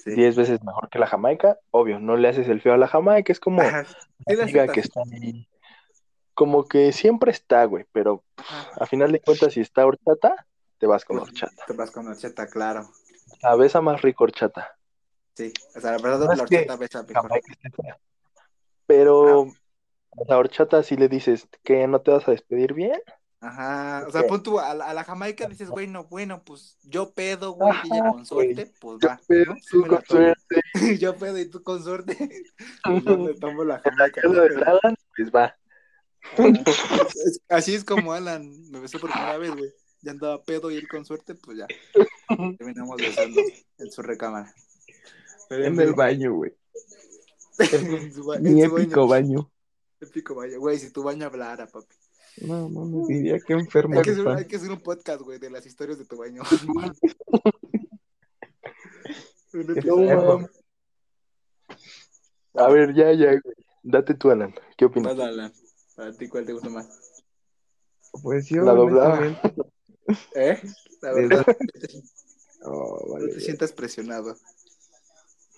Speaker 3: Sí.
Speaker 2: 10 veces mejor que la jamaica. Obvio, no le haces el feo a la jamaica, es como
Speaker 3: Ajá. Sí, la
Speaker 2: la liga
Speaker 3: aceptas.
Speaker 2: que está ahí. Como que siempre está, güey, pero
Speaker 3: Ajá. Pues
Speaker 2: a final de cuentas, si está horchata, te vas con horchata.
Speaker 3: Te vas con horchata, claro.
Speaker 2: La besa más rico horchata.
Speaker 3: Sí, o sea, la verdad
Speaker 2: No
Speaker 3: la
Speaker 2: es que
Speaker 3: horchata besa mejor.
Speaker 2: Jamaica está fea. Pero
Speaker 3: Ah.
Speaker 2: a la horchata si le dices que no te vas a despedir bien.
Speaker 3: Ajá, o sea,
Speaker 2: Ok.
Speaker 3: pon tú a, la- a la Jamaica dices, güey, no, bueno, pues yo pedo, güey, y ella
Speaker 2: Ajá,
Speaker 3: con suerte, pues va. <laughs> ¿no? Sí
Speaker 2: tú
Speaker 3: me la
Speaker 2: con suerte,
Speaker 3: tomo. yo pedo y tú
Speaker 2: <laughs>
Speaker 3: con suerte. Pues yo me tomo la
Speaker 2: en la
Speaker 3: Jamaica.
Speaker 2: casa de Alan, pues va.
Speaker 3: Es- Así es como Alan me besó por primera vez, güey. Ya andaba pedo y él con suerte,
Speaker 2: <laughs>
Speaker 3: pues ya. Terminamos besando en su recámara. Pero
Speaker 4: En
Speaker 3: fin,
Speaker 4: el baño, güey.
Speaker 3: en su ba-
Speaker 4: Mi
Speaker 3: en su
Speaker 4: épico baño.
Speaker 3: Épico baño. Güey, si tu baño hablara, papi.
Speaker 4: No, mames, diría que enfermo
Speaker 3: Hay que, hacer,
Speaker 4: está.
Speaker 3: hay que hacer un podcast, güey, de las historias de tu
Speaker 2: <laughs>
Speaker 3: baño. Un episodio.
Speaker 4: enfermo.
Speaker 2: A ver, ya, ya, güey. Date tú, Alan. ¿Qué opinas?
Speaker 3: Vas, Alan. ¿Para ti cuál te gusta más?
Speaker 4: Pues yo,
Speaker 2: La doblada.
Speaker 4: honestamente,
Speaker 3: ¿Eh? La
Speaker 4: Les-
Speaker 3: verdad,
Speaker 4: oh,
Speaker 3: no
Speaker 4: vale,
Speaker 3: te sientas presionado.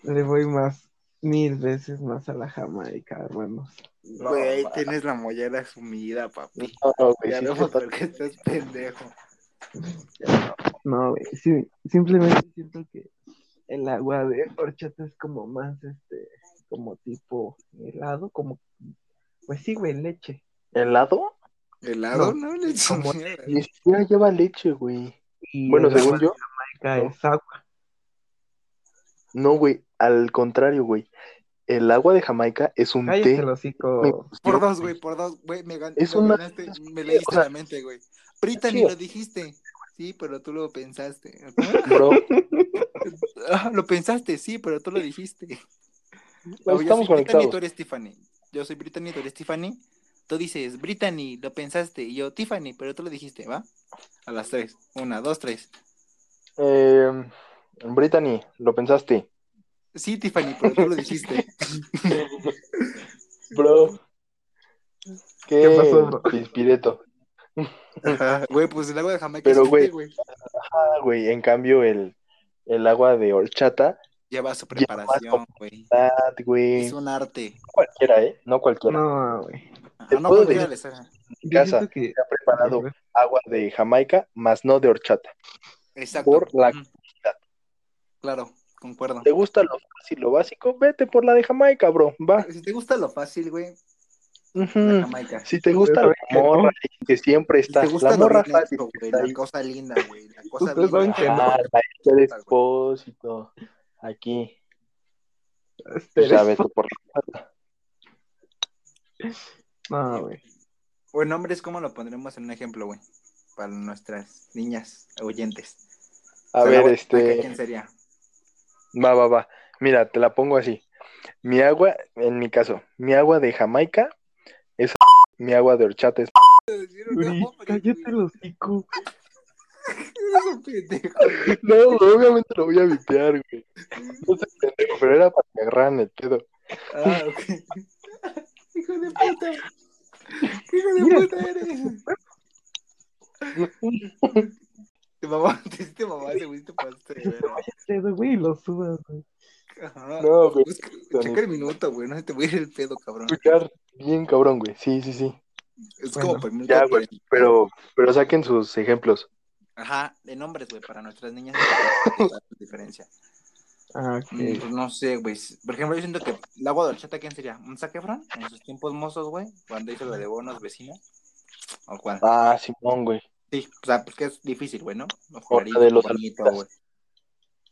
Speaker 4: le voy más, mil veces más a la Jamaica, hermanos.
Speaker 2: No,
Speaker 3: Güey,
Speaker 2: va.
Speaker 3: tienes la mollera sumida, papi.
Speaker 2: No, no, Ah, güey,
Speaker 3: Ya
Speaker 2: sí,
Speaker 3: vemos
Speaker 2: sí,
Speaker 3: por qué estás pendejo.
Speaker 4: No, güey, sí, simplemente siento que el agua de horchata es como más, este, como tipo helado, como, pues sí, güey, leche.
Speaker 2: ¿Helado?
Speaker 3: ¿Helado? No, le echo
Speaker 4: Como-
Speaker 3: mierda.
Speaker 2: Ni siquiera lleva leche, güey.
Speaker 4: Y
Speaker 2: Bueno,
Speaker 4: el agua
Speaker 2: según yo,
Speaker 4: de Jamaica es agua.
Speaker 2: no, güey. Al contrario, güey. El agua de Jamaica es un
Speaker 4: Cállate
Speaker 2: té.
Speaker 4: el
Speaker 2: Me
Speaker 4: hocico.
Speaker 3: Por dos, güey, por dos. Güey, me, gan-
Speaker 2: Es
Speaker 3: me
Speaker 2: una-
Speaker 3: ganaste, me leíste
Speaker 2: o sea,
Speaker 3: la mente, güey. Prita ni
Speaker 2: chido.
Speaker 3: lo dijiste. Sí, pero tú lo
Speaker 2: <laughs>
Speaker 3: pensaste. <laughs>
Speaker 2: Bro,
Speaker 3: Ah, lo pensaste, sí, pero tú lo dijiste.
Speaker 4: Pues,
Speaker 3: No, yo
Speaker 2: Pues estamos
Speaker 3: soy Brittany, tú
Speaker 2: conectados.
Speaker 3: eres Tiffany. Yo soy Brittany, tú eres Tiffany. Tú dices, Brittany, lo pensaste. Y yo, Tiffany, pero tú lo dijiste, ¿va? A las tres. Una, dos, tres.
Speaker 2: Eh, Brittany, lo pensaste.
Speaker 3: Sí, Tiffany, pero tú lo dijiste.
Speaker 2: <laughs> Bro. Qué,
Speaker 4: ¿Qué pasó, bro?
Speaker 2: Pispireto.
Speaker 3: Ajá. Güey, pues el agua de Jamaica
Speaker 2: Pero,
Speaker 3: es
Speaker 2: güey.
Speaker 3: este, güey.
Speaker 2: Ah, güey. En cambio, el, el agua de horchata,
Speaker 3: Lleva su
Speaker 2: Lleva
Speaker 3: preparación, güey.
Speaker 2: ah, güey.
Speaker 3: Es un arte.
Speaker 2: No cualquiera, ¿eh? No cualquiera.
Speaker 4: No, güey.
Speaker 3: Ajá, no
Speaker 2: puedo
Speaker 3: cualquiera
Speaker 2: decir-
Speaker 3: les haga.
Speaker 2: En
Speaker 4: Yo
Speaker 2: casa
Speaker 4: siento que
Speaker 2: se ha preparado agua de Jamaica, más no de horchata.
Speaker 3: Exacto.
Speaker 2: Por la
Speaker 3: Ujú. Claro, concuerdo.
Speaker 2: ¿Te gusta lo fácil, lo básico? Vete por la de Jamaica, bro. Va.
Speaker 3: Si te gusta lo fácil, güey, la
Speaker 2: Ujú.
Speaker 3: Jamaica.
Speaker 2: Si te gusta la
Speaker 4: Ustedes saben que no.
Speaker 2: morra ahí que siempre
Speaker 3: Si
Speaker 2: está,
Speaker 3: te gusta
Speaker 2: la
Speaker 3: lo
Speaker 2: morra
Speaker 3: bien
Speaker 2: fácil.
Speaker 3: hecho,
Speaker 2: que
Speaker 3: güey,
Speaker 2: está ahí.
Speaker 3: la cosa linda, güey, la cosa
Speaker 4: Ustedes saben
Speaker 3: linda.
Speaker 4: que no.
Speaker 2: Ah, la Erika de
Speaker 3: güey.
Speaker 2: Expósito. Aquí, tú
Speaker 4: Este,
Speaker 2: sabes, tú por
Speaker 3: <laughs>
Speaker 4: No, güey.
Speaker 3: Bueno, hombres, ¿cómo lo pondremos en un ejemplo, güey? Para nuestras niñas oyentes.
Speaker 2: A
Speaker 3: O sea, la
Speaker 2: ver,
Speaker 3: güey, acá,
Speaker 2: este,
Speaker 3: ¿Quién sería?
Speaker 2: va, va, va. Mira, te la pongo así. Mi agua, en mi caso, mi agua de Jamaica es <laughs> mi agua de horchata es <laughs>
Speaker 4: Uri, cállate el hocico.
Speaker 2: No, güey, obviamente lo voy a vitear, güey. No sé, pendejo, pero era para que agarraran el pedo.
Speaker 3: Ah, ok. Hijo de puta. ¿Qué hijo de
Speaker 4: Mira.
Speaker 3: puta eres? Te mamaste, sí te mamaste, güey, sí te pasaste de verga.
Speaker 4: Dedo, güey, y lo subas, güey.
Speaker 3: Ajá.
Speaker 2: No, güey,
Speaker 3: Busca- Checa el minuto, güey, no se te voy a ir el pedo, cabrón.
Speaker 2: escuchar bien cabrón, güey. Sí, sí, sí.
Speaker 3: Es
Speaker 4: Bueno,
Speaker 3: como por minuto.
Speaker 2: ya, güey, Pero, pero saquen sus ejemplos.
Speaker 3: Ajá, de nombres, güey, para nuestras niñas. es la diferencia.
Speaker 4: Ah, ok.
Speaker 3: Mm, Pues no sé, güey. Por ejemplo, yo siento que el agua de horchata, ¿quién sería? ¿Un saquefrón? En sus tiempos mozos, güey. Cuando hizo lo de bonos vecinos. ¿O cuál?
Speaker 2: Ah, Simón, güey.
Speaker 3: Sí, o sea, pues que es difícil, güey, ¿no? Los
Speaker 2: Otra de
Speaker 3: Juanito,
Speaker 2: los
Speaker 3: Juanito,
Speaker 2: artistas.
Speaker 3: güey.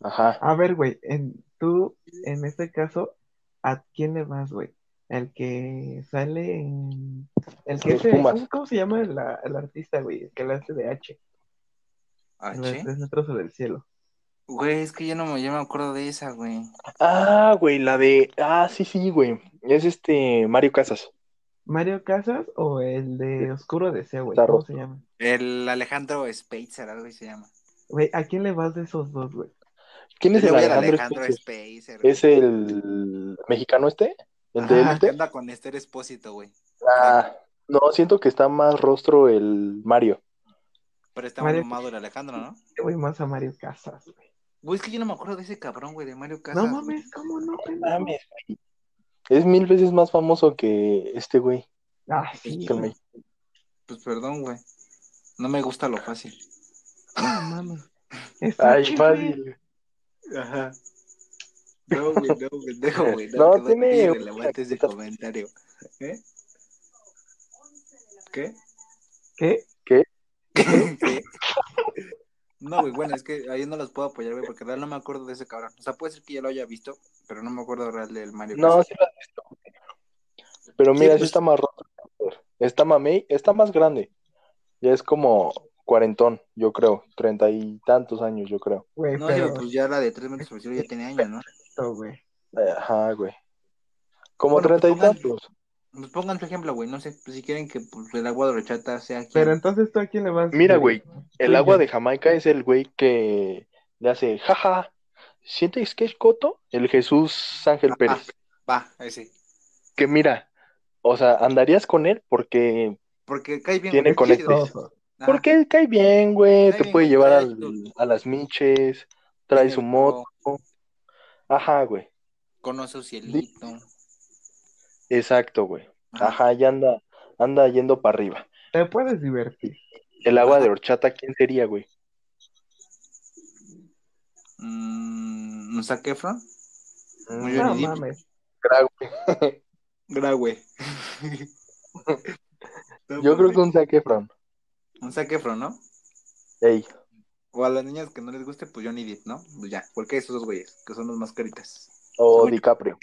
Speaker 2: Ajá.
Speaker 4: A ver, güey, en, tú, en este caso, ¿a quién le vas, güey? El que sale en... El que
Speaker 2: Los
Speaker 4: hace-
Speaker 2: Pumas.
Speaker 4: ¿cómo, cómo se llama el, el artista, güey? El que le hace de H.
Speaker 3: Ah,
Speaker 4: en los
Speaker 3: che.
Speaker 4: tres metros sobre el cielo.
Speaker 3: Güey, es que yo no me, yo no me acuerdo de esa, güey.
Speaker 2: Ah, güey, la de. Ah, sí, sí, güey. Es este Mario Casas.
Speaker 4: ¿Mario Casas o el de Oscuro Deseo, güey?
Speaker 2: Está
Speaker 4: ¿Cómo
Speaker 2: roto.
Speaker 4: se llama?
Speaker 3: El Alejandro Spacer, algo así se llama.
Speaker 4: Güey, ¿a quién le vas de esos dos, güey?
Speaker 2: ¿Quién
Speaker 3: Yo
Speaker 2: es
Speaker 3: le
Speaker 2: el
Speaker 3: voy al
Speaker 2: Alejandro
Speaker 3: Alejandro este.
Speaker 2: Especies?
Speaker 3: Spacer. güey.
Speaker 2: ¿Es el mexicano este? ¿El de
Speaker 4: Ajá.
Speaker 2: élite?
Speaker 3: ¿Qué onda con Esther Espósito, güey?
Speaker 2: Ah, no, siento que está más rostro el Mario.
Speaker 3: Pero está
Speaker 4: Mario-
Speaker 3: muy mamado el Alejandro, ¿no?
Speaker 4: Güey, más a Mario Casas, güey.
Speaker 3: Güey, es que yo no me acuerdo de ese cabrón, güey, de Mario Casas.
Speaker 4: No
Speaker 3: güey.
Speaker 4: mames, ¿cómo no, pendejo?
Speaker 3: Ah,
Speaker 2: Mames, güey. Es mil veces más famoso que este güey.
Speaker 4: Ah, sí,
Speaker 2: que el
Speaker 4: güey.
Speaker 2: me-
Speaker 3: Pues perdón, güey. No me gusta lo fácil.
Speaker 2: <laughs>
Speaker 4: No mames.
Speaker 2: Ay,
Speaker 4: Exacto, güey.
Speaker 2: fácil.
Speaker 3: Ajá. No, güey, no,
Speaker 2: <laughs>
Speaker 3: pendejo, güey.
Speaker 2: No,
Speaker 3: quedó
Speaker 2: tiene-
Speaker 3: irrelevante ese comentario. ¿Eh? ¿Qué?
Speaker 4: ¿Qué?
Speaker 3: ¿Qué? No, güey, bueno, es que ahí no los puedo apoyar, güey, porque real no me acuerdo de ese cabrón. O sea, puede ser que ya lo haya visto, pero no me acuerdo real del Mario
Speaker 2: No,
Speaker 3: Casas.
Speaker 2: sí lo has visto. Pero
Speaker 3: Sí,
Speaker 2: mira, sí
Speaker 3: pues.
Speaker 2: está más rostro. Está mamey, está más grande. Ya es como cuarentón, yo creo. Treinta y tantos años, yo creo.
Speaker 4: Güey,
Speaker 3: No,
Speaker 4: pero
Speaker 3: güey, pues ya la de tres metros sobre el cielo ya tiene años, ¿no?
Speaker 4: esto, güey.
Speaker 2: Ajá, güey. Como
Speaker 3: Bueno, pues,
Speaker 2: treinta y
Speaker 3: pongan-
Speaker 2: tantos.
Speaker 3: Pues pongan su ejemplo, güey, no sé, pues si quieren que pues, el agua de horchata sea aquí.
Speaker 4: Pero entonces, ¿tú a quién le vas?
Speaker 2: Mira, güey, El
Speaker 4: Sí,
Speaker 2: agua
Speaker 4: yo-
Speaker 2: de Jamaica es el güey que le hace jaja. ¿Sientes que es Coto? El Jesús
Speaker 3: Ah,
Speaker 2: Ángel Pérez.
Speaker 3: Va, ese.
Speaker 2: Que mira, o sea, andarías con él porque,
Speaker 3: Porque cae bien.
Speaker 2: Tiene
Speaker 3: güey,
Speaker 4: Es
Speaker 3: es
Speaker 2: conectes.
Speaker 3: chido.
Speaker 4: chistoso.
Speaker 3: Ajá.
Speaker 2: porque él cae bien, güey.
Speaker 3: Ah, Cae
Speaker 2: Te
Speaker 3: bien,
Speaker 2: puede
Speaker 3: güey,
Speaker 2: llevar
Speaker 3: trae
Speaker 2: al-
Speaker 3: sus-
Speaker 2: a las miches, trae su
Speaker 3: Tiene
Speaker 2: moto.
Speaker 3: juego,
Speaker 2: Ajá, güey.
Speaker 3: Conoce su cielito.
Speaker 2: Exacto, güey.
Speaker 3: Ajá.
Speaker 2: Ajá, ya anda, anda yendo para arriba.
Speaker 4: Te puedes divertir.
Speaker 2: El agua de horchata, ¿quién sería, güey?
Speaker 3: Mm, ¿Un Zac Efron? Muy bien,
Speaker 4: No
Speaker 3: Johnny Depp.
Speaker 4: mames.
Speaker 2: Crack,
Speaker 3: Gra, güey. <laughs>
Speaker 2: Yo creo que un Zac Efron.
Speaker 3: Un Zac Efron, ¿no?
Speaker 2: Ey,
Speaker 3: O a las niñas que no les guste, pues Johnny Depp, ¿no? Pues ya, cualquiera de esos dos güeyes, que son los más caritas.
Speaker 2: o
Speaker 3: Muy-
Speaker 2: DiCaprio.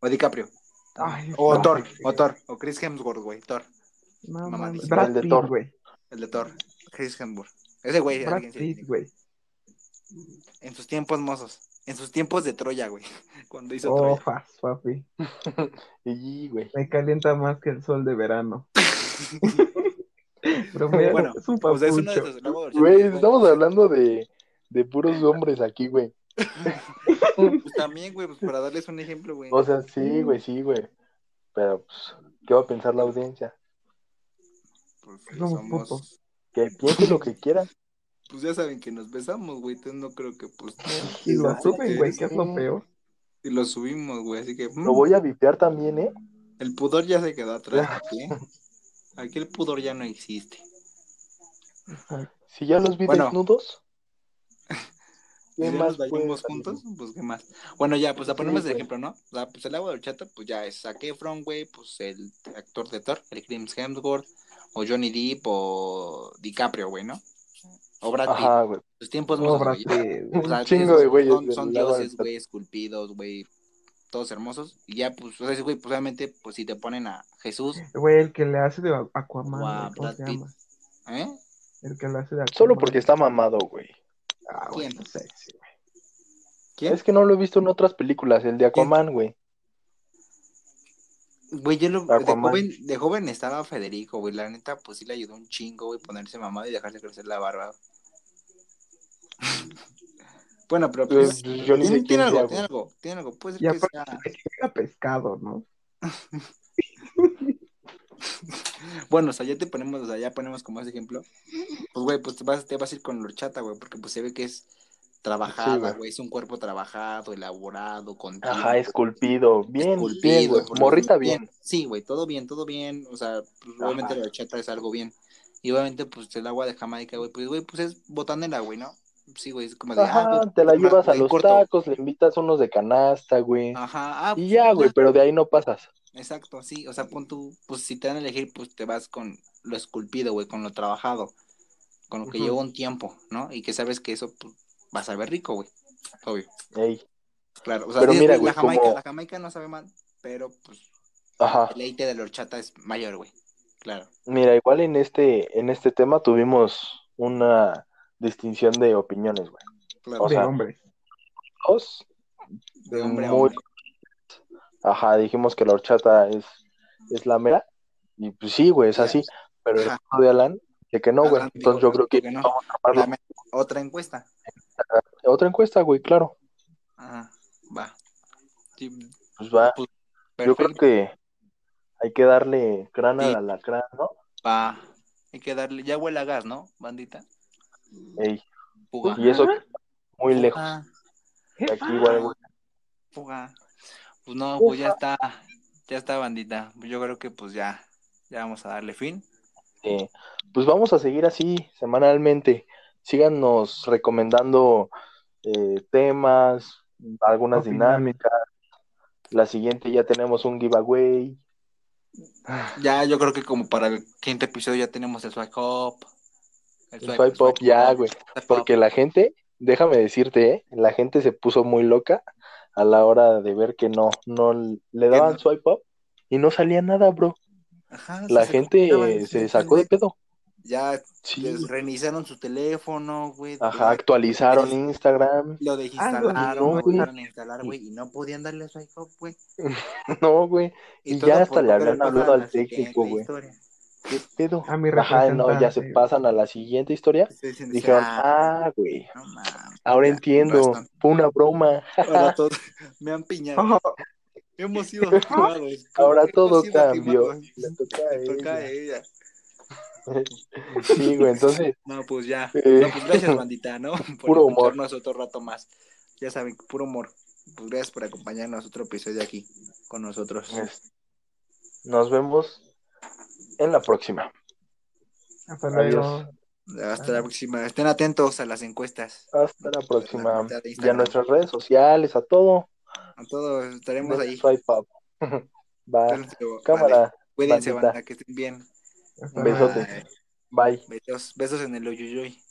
Speaker 3: O DiCaprio.
Speaker 4: Ay,
Speaker 3: O
Speaker 4: no,
Speaker 3: Thor,
Speaker 4: güey.
Speaker 3: o Thor. O Chris Hemsworth, güey, Thor.
Speaker 4: No
Speaker 3: Mamadísimo.
Speaker 4: mames.
Speaker 3: El
Speaker 4: Brad
Speaker 2: de
Speaker 4: Pitt,
Speaker 2: Thor.
Speaker 4: güey.
Speaker 3: El de Thor. Chris Hemsworth. Ese güey,
Speaker 4: Brad
Speaker 3: alguien se
Speaker 4: Pitt, güey.
Speaker 3: En sus tiempos mozos. En sus tiempos de Troya, güey. <laughs> Cuando hizo
Speaker 4: Oh,
Speaker 3: Troya.
Speaker 4: fast, papi.
Speaker 2: Y, güey.
Speaker 4: Me calienta más que el sol
Speaker 3: <laughs>
Speaker 4: de verano. Pero mira,
Speaker 3: Bueno,
Speaker 4: es un
Speaker 3: O sea, es uno de
Speaker 4: papucho.
Speaker 3: esos. luego,
Speaker 2: Güey,
Speaker 3: pues,
Speaker 2: estamos hablando de, de puros hombres aquí, güey.
Speaker 3: pues, también, güey, pues para darles un ejemplo, güey.
Speaker 2: O sea, sí, güey, sí, güey. Pero, pues, ¿qué va a pensar la audiencia?
Speaker 3: Pues,
Speaker 4: somos
Speaker 3: somos-
Speaker 4: pocos.
Speaker 2: Que piense lo que quiera.
Speaker 3: pues ya saben que nos besamos, güey. Entonces no creo que, "Mm, pues.
Speaker 4: Y lo
Speaker 3: no,
Speaker 4: suben, güey, que es lo
Speaker 2: Sí.
Speaker 4: peor.
Speaker 3: Y lo subimos, güey. Así que. mm,
Speaker 2: Lo voy a vipear también, ¿eh?
Speaker 3: El pudor ya se quedó atrás. Aquí, aquí el pudor ya no existe.
Speaker 2: Si ya los vi
Speaker 3: Bueno.
Speaker 2: desnudos.
Speaker 3: <laughs> Si
Speaker 2: ¿Qué
Speaker 3: ya
Speaker 2: más
Speaker 3: nos bañamos
Speaker 2: podemos
Speaker 3: juntos, pues qué más. Bueno, ya, pues a
Speaker 2: Sí,
Speaker 3: ponemos de
Speaker 2: güey.
Speaker 3: ejemplo, ¿no? O sea, pues el agua de horchata, pues ya es Zac Efron, güey, pues el actor de Thor, el James Hemsworth, o Johnny Depp, o DiCaprio, güey, ¿no? O Brad Pitt.
Speaker 2: Ajá, güey.
Speaker 3: Los tiempos
Speaker 4: No,
Speaker 3: mozos,
Speaker 4: Brad
Speaker 3: güey.
Speaker 2: <laughs>
Speaker 4: Pitt.
Speaker 2: Un
Speaker 3: <laughs> O sea,
Speaker 2: chingo
Speaker 3: esos
Speaker 2: de güeyes.
Speaker 3: Son,
Speaker 2: del
Speaker 3: son
Speaker 2: agua de-
Speaker 3: dioses, güey, esculpidos, güey, todos hermosos. Y ya, pues, o sea, ese güey, pues obviamente, pues si te ponen a Jesús,
Speaker 4: Güey, el que le hace de Aquaman,
Speaker 3: Guau,
Speaker 4: güey, ¿cómo
Speaker 3: Brad
Speaker 4: se
Speaker 3: Pitt.
Speaker 4: llama?
Speaker 3: ¿eh?
Speaker 4: El que le hace de Aquaman.
Speaker 2: Solo porque está mamado, güey.
Speaker 4: Ah, güey,
Speaker 3: ¿Quién?
Speaker 4: no sé, sí, güey.
Speaker 3: ¿Quién?
Speaker 2: Es que no lo he visto en otras películas,
Speaker 3: ¿Eh?
Speaker 2: el de Aquaman, güey.
Speaker 3: Güey, yo lo, de,
Speaker 2: Aquaman.
Speaker 3: joven, de joven estaba Federico, güey. La neta, pues sí le ayudó un chingo, güey, ponerse mamado y dejarse crecer la barba. <laughs> bueno, pero pues,
Speaker 2: Pues, Yo ni
Speaker 3: tiene,
Speaker 2: sé
Speaker 3: tiene
Speaker 2: quién
Speaker 3: algo,
Speaker 2: sea,
Speaker 3: tiene
Speaker 2: güey.
Speaker 3: algo, tiene algo. Puede
Speaker 4: Y
Speaker 3: ser que
Speaker 4: aparte-
Speaker 3: sea.
Speaker 4: Era pescado, ¿no?
Speaker 3: Bueno, o sea, ya te ponemos, o sea, ya ponemos como ese ejemplo. Pues, güey, pues te vas, te vas a ir con la horchata, güey, porque pues se ve que es trabajada,
Speaker 2: Sí, güey.
Speaker 3: güey. Es un cuerpo trabajado, elaborado, con
Speaker 2: Ajá,
Speaker 3: tiempo.
Speaker 2: esculpido. Bien,
Speaker 3: esculpido,
Speaker 2: bien, güey.
Speaker 3: por lo
Speaker 2: Morrita
Speaker 3: menos
Speaker 2: bien.
Speaker 3: Sí, güey, todo bien, todo bien. O sea, pues,
Speaker 2: Ajá.
Speaker 3: obviamente la horchata es algo bien. Y obviamente, pues el agua de Jamaica, güey, pues, güey, pues es botándela, güey, ¿no? Sí, güey, es como de.
Speaker 2: Ajá,
Speaker 3: ah, pues,
Speaker 2: te la
Speaker 3: toma,
Speaker 2: llevas a
Speaker 3: güey,
Speaker 2: los
Speaker 3: corto.
Speaker 2: tacos, le invitas unos de canasta, güey.
Speaker 3: Ajá, ah,
Speaker 2: y ya, güey, pero de ahí no pasas.
Speaker 3: Exacto, sí, o sea, pon tú, pues si te van a elegir, pues te vas con lo esculpido, güey, con lo trabajado, con lo que
Speaker 4: Ujú.
Speaker 3: lleva un tiempo, ¿no? Y que sabes que eso pues, va a saber rico, güey, obvio,
Speaker 2: Ey,
Speaker 3: claro. O sea,
Speaker 2: Pero
Speaker 3: sí,
Speaker 2: mira,
Speaker 3: la
Speaker 2: güey,
Speaker 3: Jamaica,
Speaker 2: como-
Speaker 3: la Jamaica no sabe mal, pero pues
Speaker 2: Ajá.
Speaker 3: el leite de la horchata es mayor, güey, claro.
Speaker 2: Mira, igual en este, en este tema tuvimos una distinción de opiniones, güey.
Speaker 3: Claro,
Speaker 2: O sea,
Speaker 4: de hombres.
Speaker 2: Dos,
Speaker 3: de hombre a
Speaker 2: muy-
Speaker 3: hombre.
Speaker 2: ajá, dijimos que la horchata es, es la mera. Y pues sí, güey, es así. Pero el
Speaker 3: Ajá.
Speaker 2: caso de Alan, de que no, güey.
Speaker 3: Alan
Speaker 2: Entonces
Speaker 3: dijo
Speaker 2: yo creo que,
Speaker 3: que no.
Speaker 2: vamos a armarlo.
Speaker 3: Dame Otra encuesta.
Speaker 2: Otra encuesta, güey, claro.
Speaker 3: Ajá, va. Sí,
Speaker 2: Pues va. Yo creo
Speaker 3: perfecto,
Speaker 2: que hay que darle crán
Speaker 3: Sí.
Speaker 2: al alacrán, ¿no?
Speaker 3: va. Hay que darle, ya huele a gas, ¿no, bandita?
Speaker 2: Ey,
Speaker 3: Fuga.
Speaker 2: y eso muy
Speaker 3: Fuga.
Speaker 2: lejos.
Speaker 4: Ah,
Speaker 2: Aquí igual, güey.
Speaker 3: Fuga. Pues no,
Speaker 2: Fuga.
Speaker 3: pues ya está, ya está bandita. Pues Yo creo que pues ya, ya vamos a darle fin.
Speaker 2: Eh, pues vamos a seguir así semanalmente. Síganos recomendando eh, temas, algunas
Speaker 4: Opiniones.
Speaker 2: dinámicas. La siguiente ya tenemos un giveaway.
Speaker 3: Ya yo creo que como para el quinto episodio ya tenemos el swipe up. El
Speaker 2: El swipe up ya, güey. Porque la gente, déjame decirte, eh, la gente se puso muy loca a la hora de ver que no, no le daban
Speaker 3: no.
Speaker 2: swipe up y no salía nada, bro. La gente eh, se sacó de pedo.
Speaker 3: Ya
Speaker 2: Sí.
Speaker 3: les reiniciaron su teléfono, güey.
Speaker 2: Ajá, actualizaron Instagram. <laughs>
Speaker 3: Lo
Speaker 4: Ah,
Speaker 3: desinstalaron,
Speaker 2: no,
Speaker 3: lo
Speaker 2: güey.
Speaker 3: volvieron a instalar, güey, y no podían darle swipe up, güey.
Speaker 2: No, güey. Y ya
Speaker 3: todo
Speaker 2: hasta
Speaker 3: por
Speaker 2: le
Speaker 3: no
Speaker 2: habían
Speaker 3: querer pasar
Speaker 2: hablado
Speaker 3: a
Speaker 2: al
Speaker 3: la siguiente
Speaker 2: técnico, güey.
Speaker 3: historia.
Speaker 2: ¿Qué pedo?
Speaker 4: A Ah, mi
Speaker 2: Ajá, no, ya se
Speaker 4: representante.
Speaker 2: pasan a la siguiente historia.
Speaker 3: Ustedes dicen,
Speaker 2: Dijeron,
Speaker 3: "Ah,
Speaker 2: ah, güey,
Speaker 3: no mames".
Speaker 2: ahora
Speaker 3: ya,
Speaker 2: entiendo,
Speaker 3: basta.
Speaker 2: fue una broma.
Speaker 3: Ahora todos <laughs> me han piñado. Hemos sido lastimados.
Speaker 2: Ahora
Speaker 3: Hemos
Speaker 2: todo
Speaker 3: sido
Speaker 2: cambió.
Speaker 3: lastimados.
Speaker 2: Le toca a
Speaker 3: Me toca a
Speaker 2: ella.
Speaker 3: ella.
Speaker 2: Sí, güey, entonces,
Speaker 3: No, pues ya.
Speaker 2: Eh.
Speaker 3: No, pues gracias,
Speaker 2: <laughs>
Speaker 3: bandita, ¿no? Por
Speaker 2: Puro humor.
Speaker 3: escucharnos otro rato más. Ya saben, puro humor. Pues gracias por acompañarnos otro episodio aquí con nosotros.
Speaker 2: es- pues, nos vemos en la próxima.
Speaker 4: Hasta
Speaker 2: Adiós.
Speaker 4: luego.
Speaker 3: Hasta la próxima. Estén atentos a las encuestas.
Speaker 2: Hasta la
Speaker 3: A la
Speaker 2: próxima.
Speaker 3: cuenta
Speaker 2: Y a
Speaker 3: de Instagram.
Speaker 2: nuestras redes sociales, a todo.
Speaker 3: A todos estaremos ahí.
Speaker 2: Swipe
Speaker 4: <laughs>
Speaker 2: up. Va.
Speaker 3: Cuídense, banda.
Speaker 2: Cámara.
Speaker 3: Cuídense,
Speaker 2: bandita.
Speaker 3: banda, que estén bien.
Speaker 4: Hasta
Speaker 2: Un
Speaker 4: luego.
Speaker 2: besote. Bye.
Speaker 3: Bye. Besos, besos en el oyuyoy.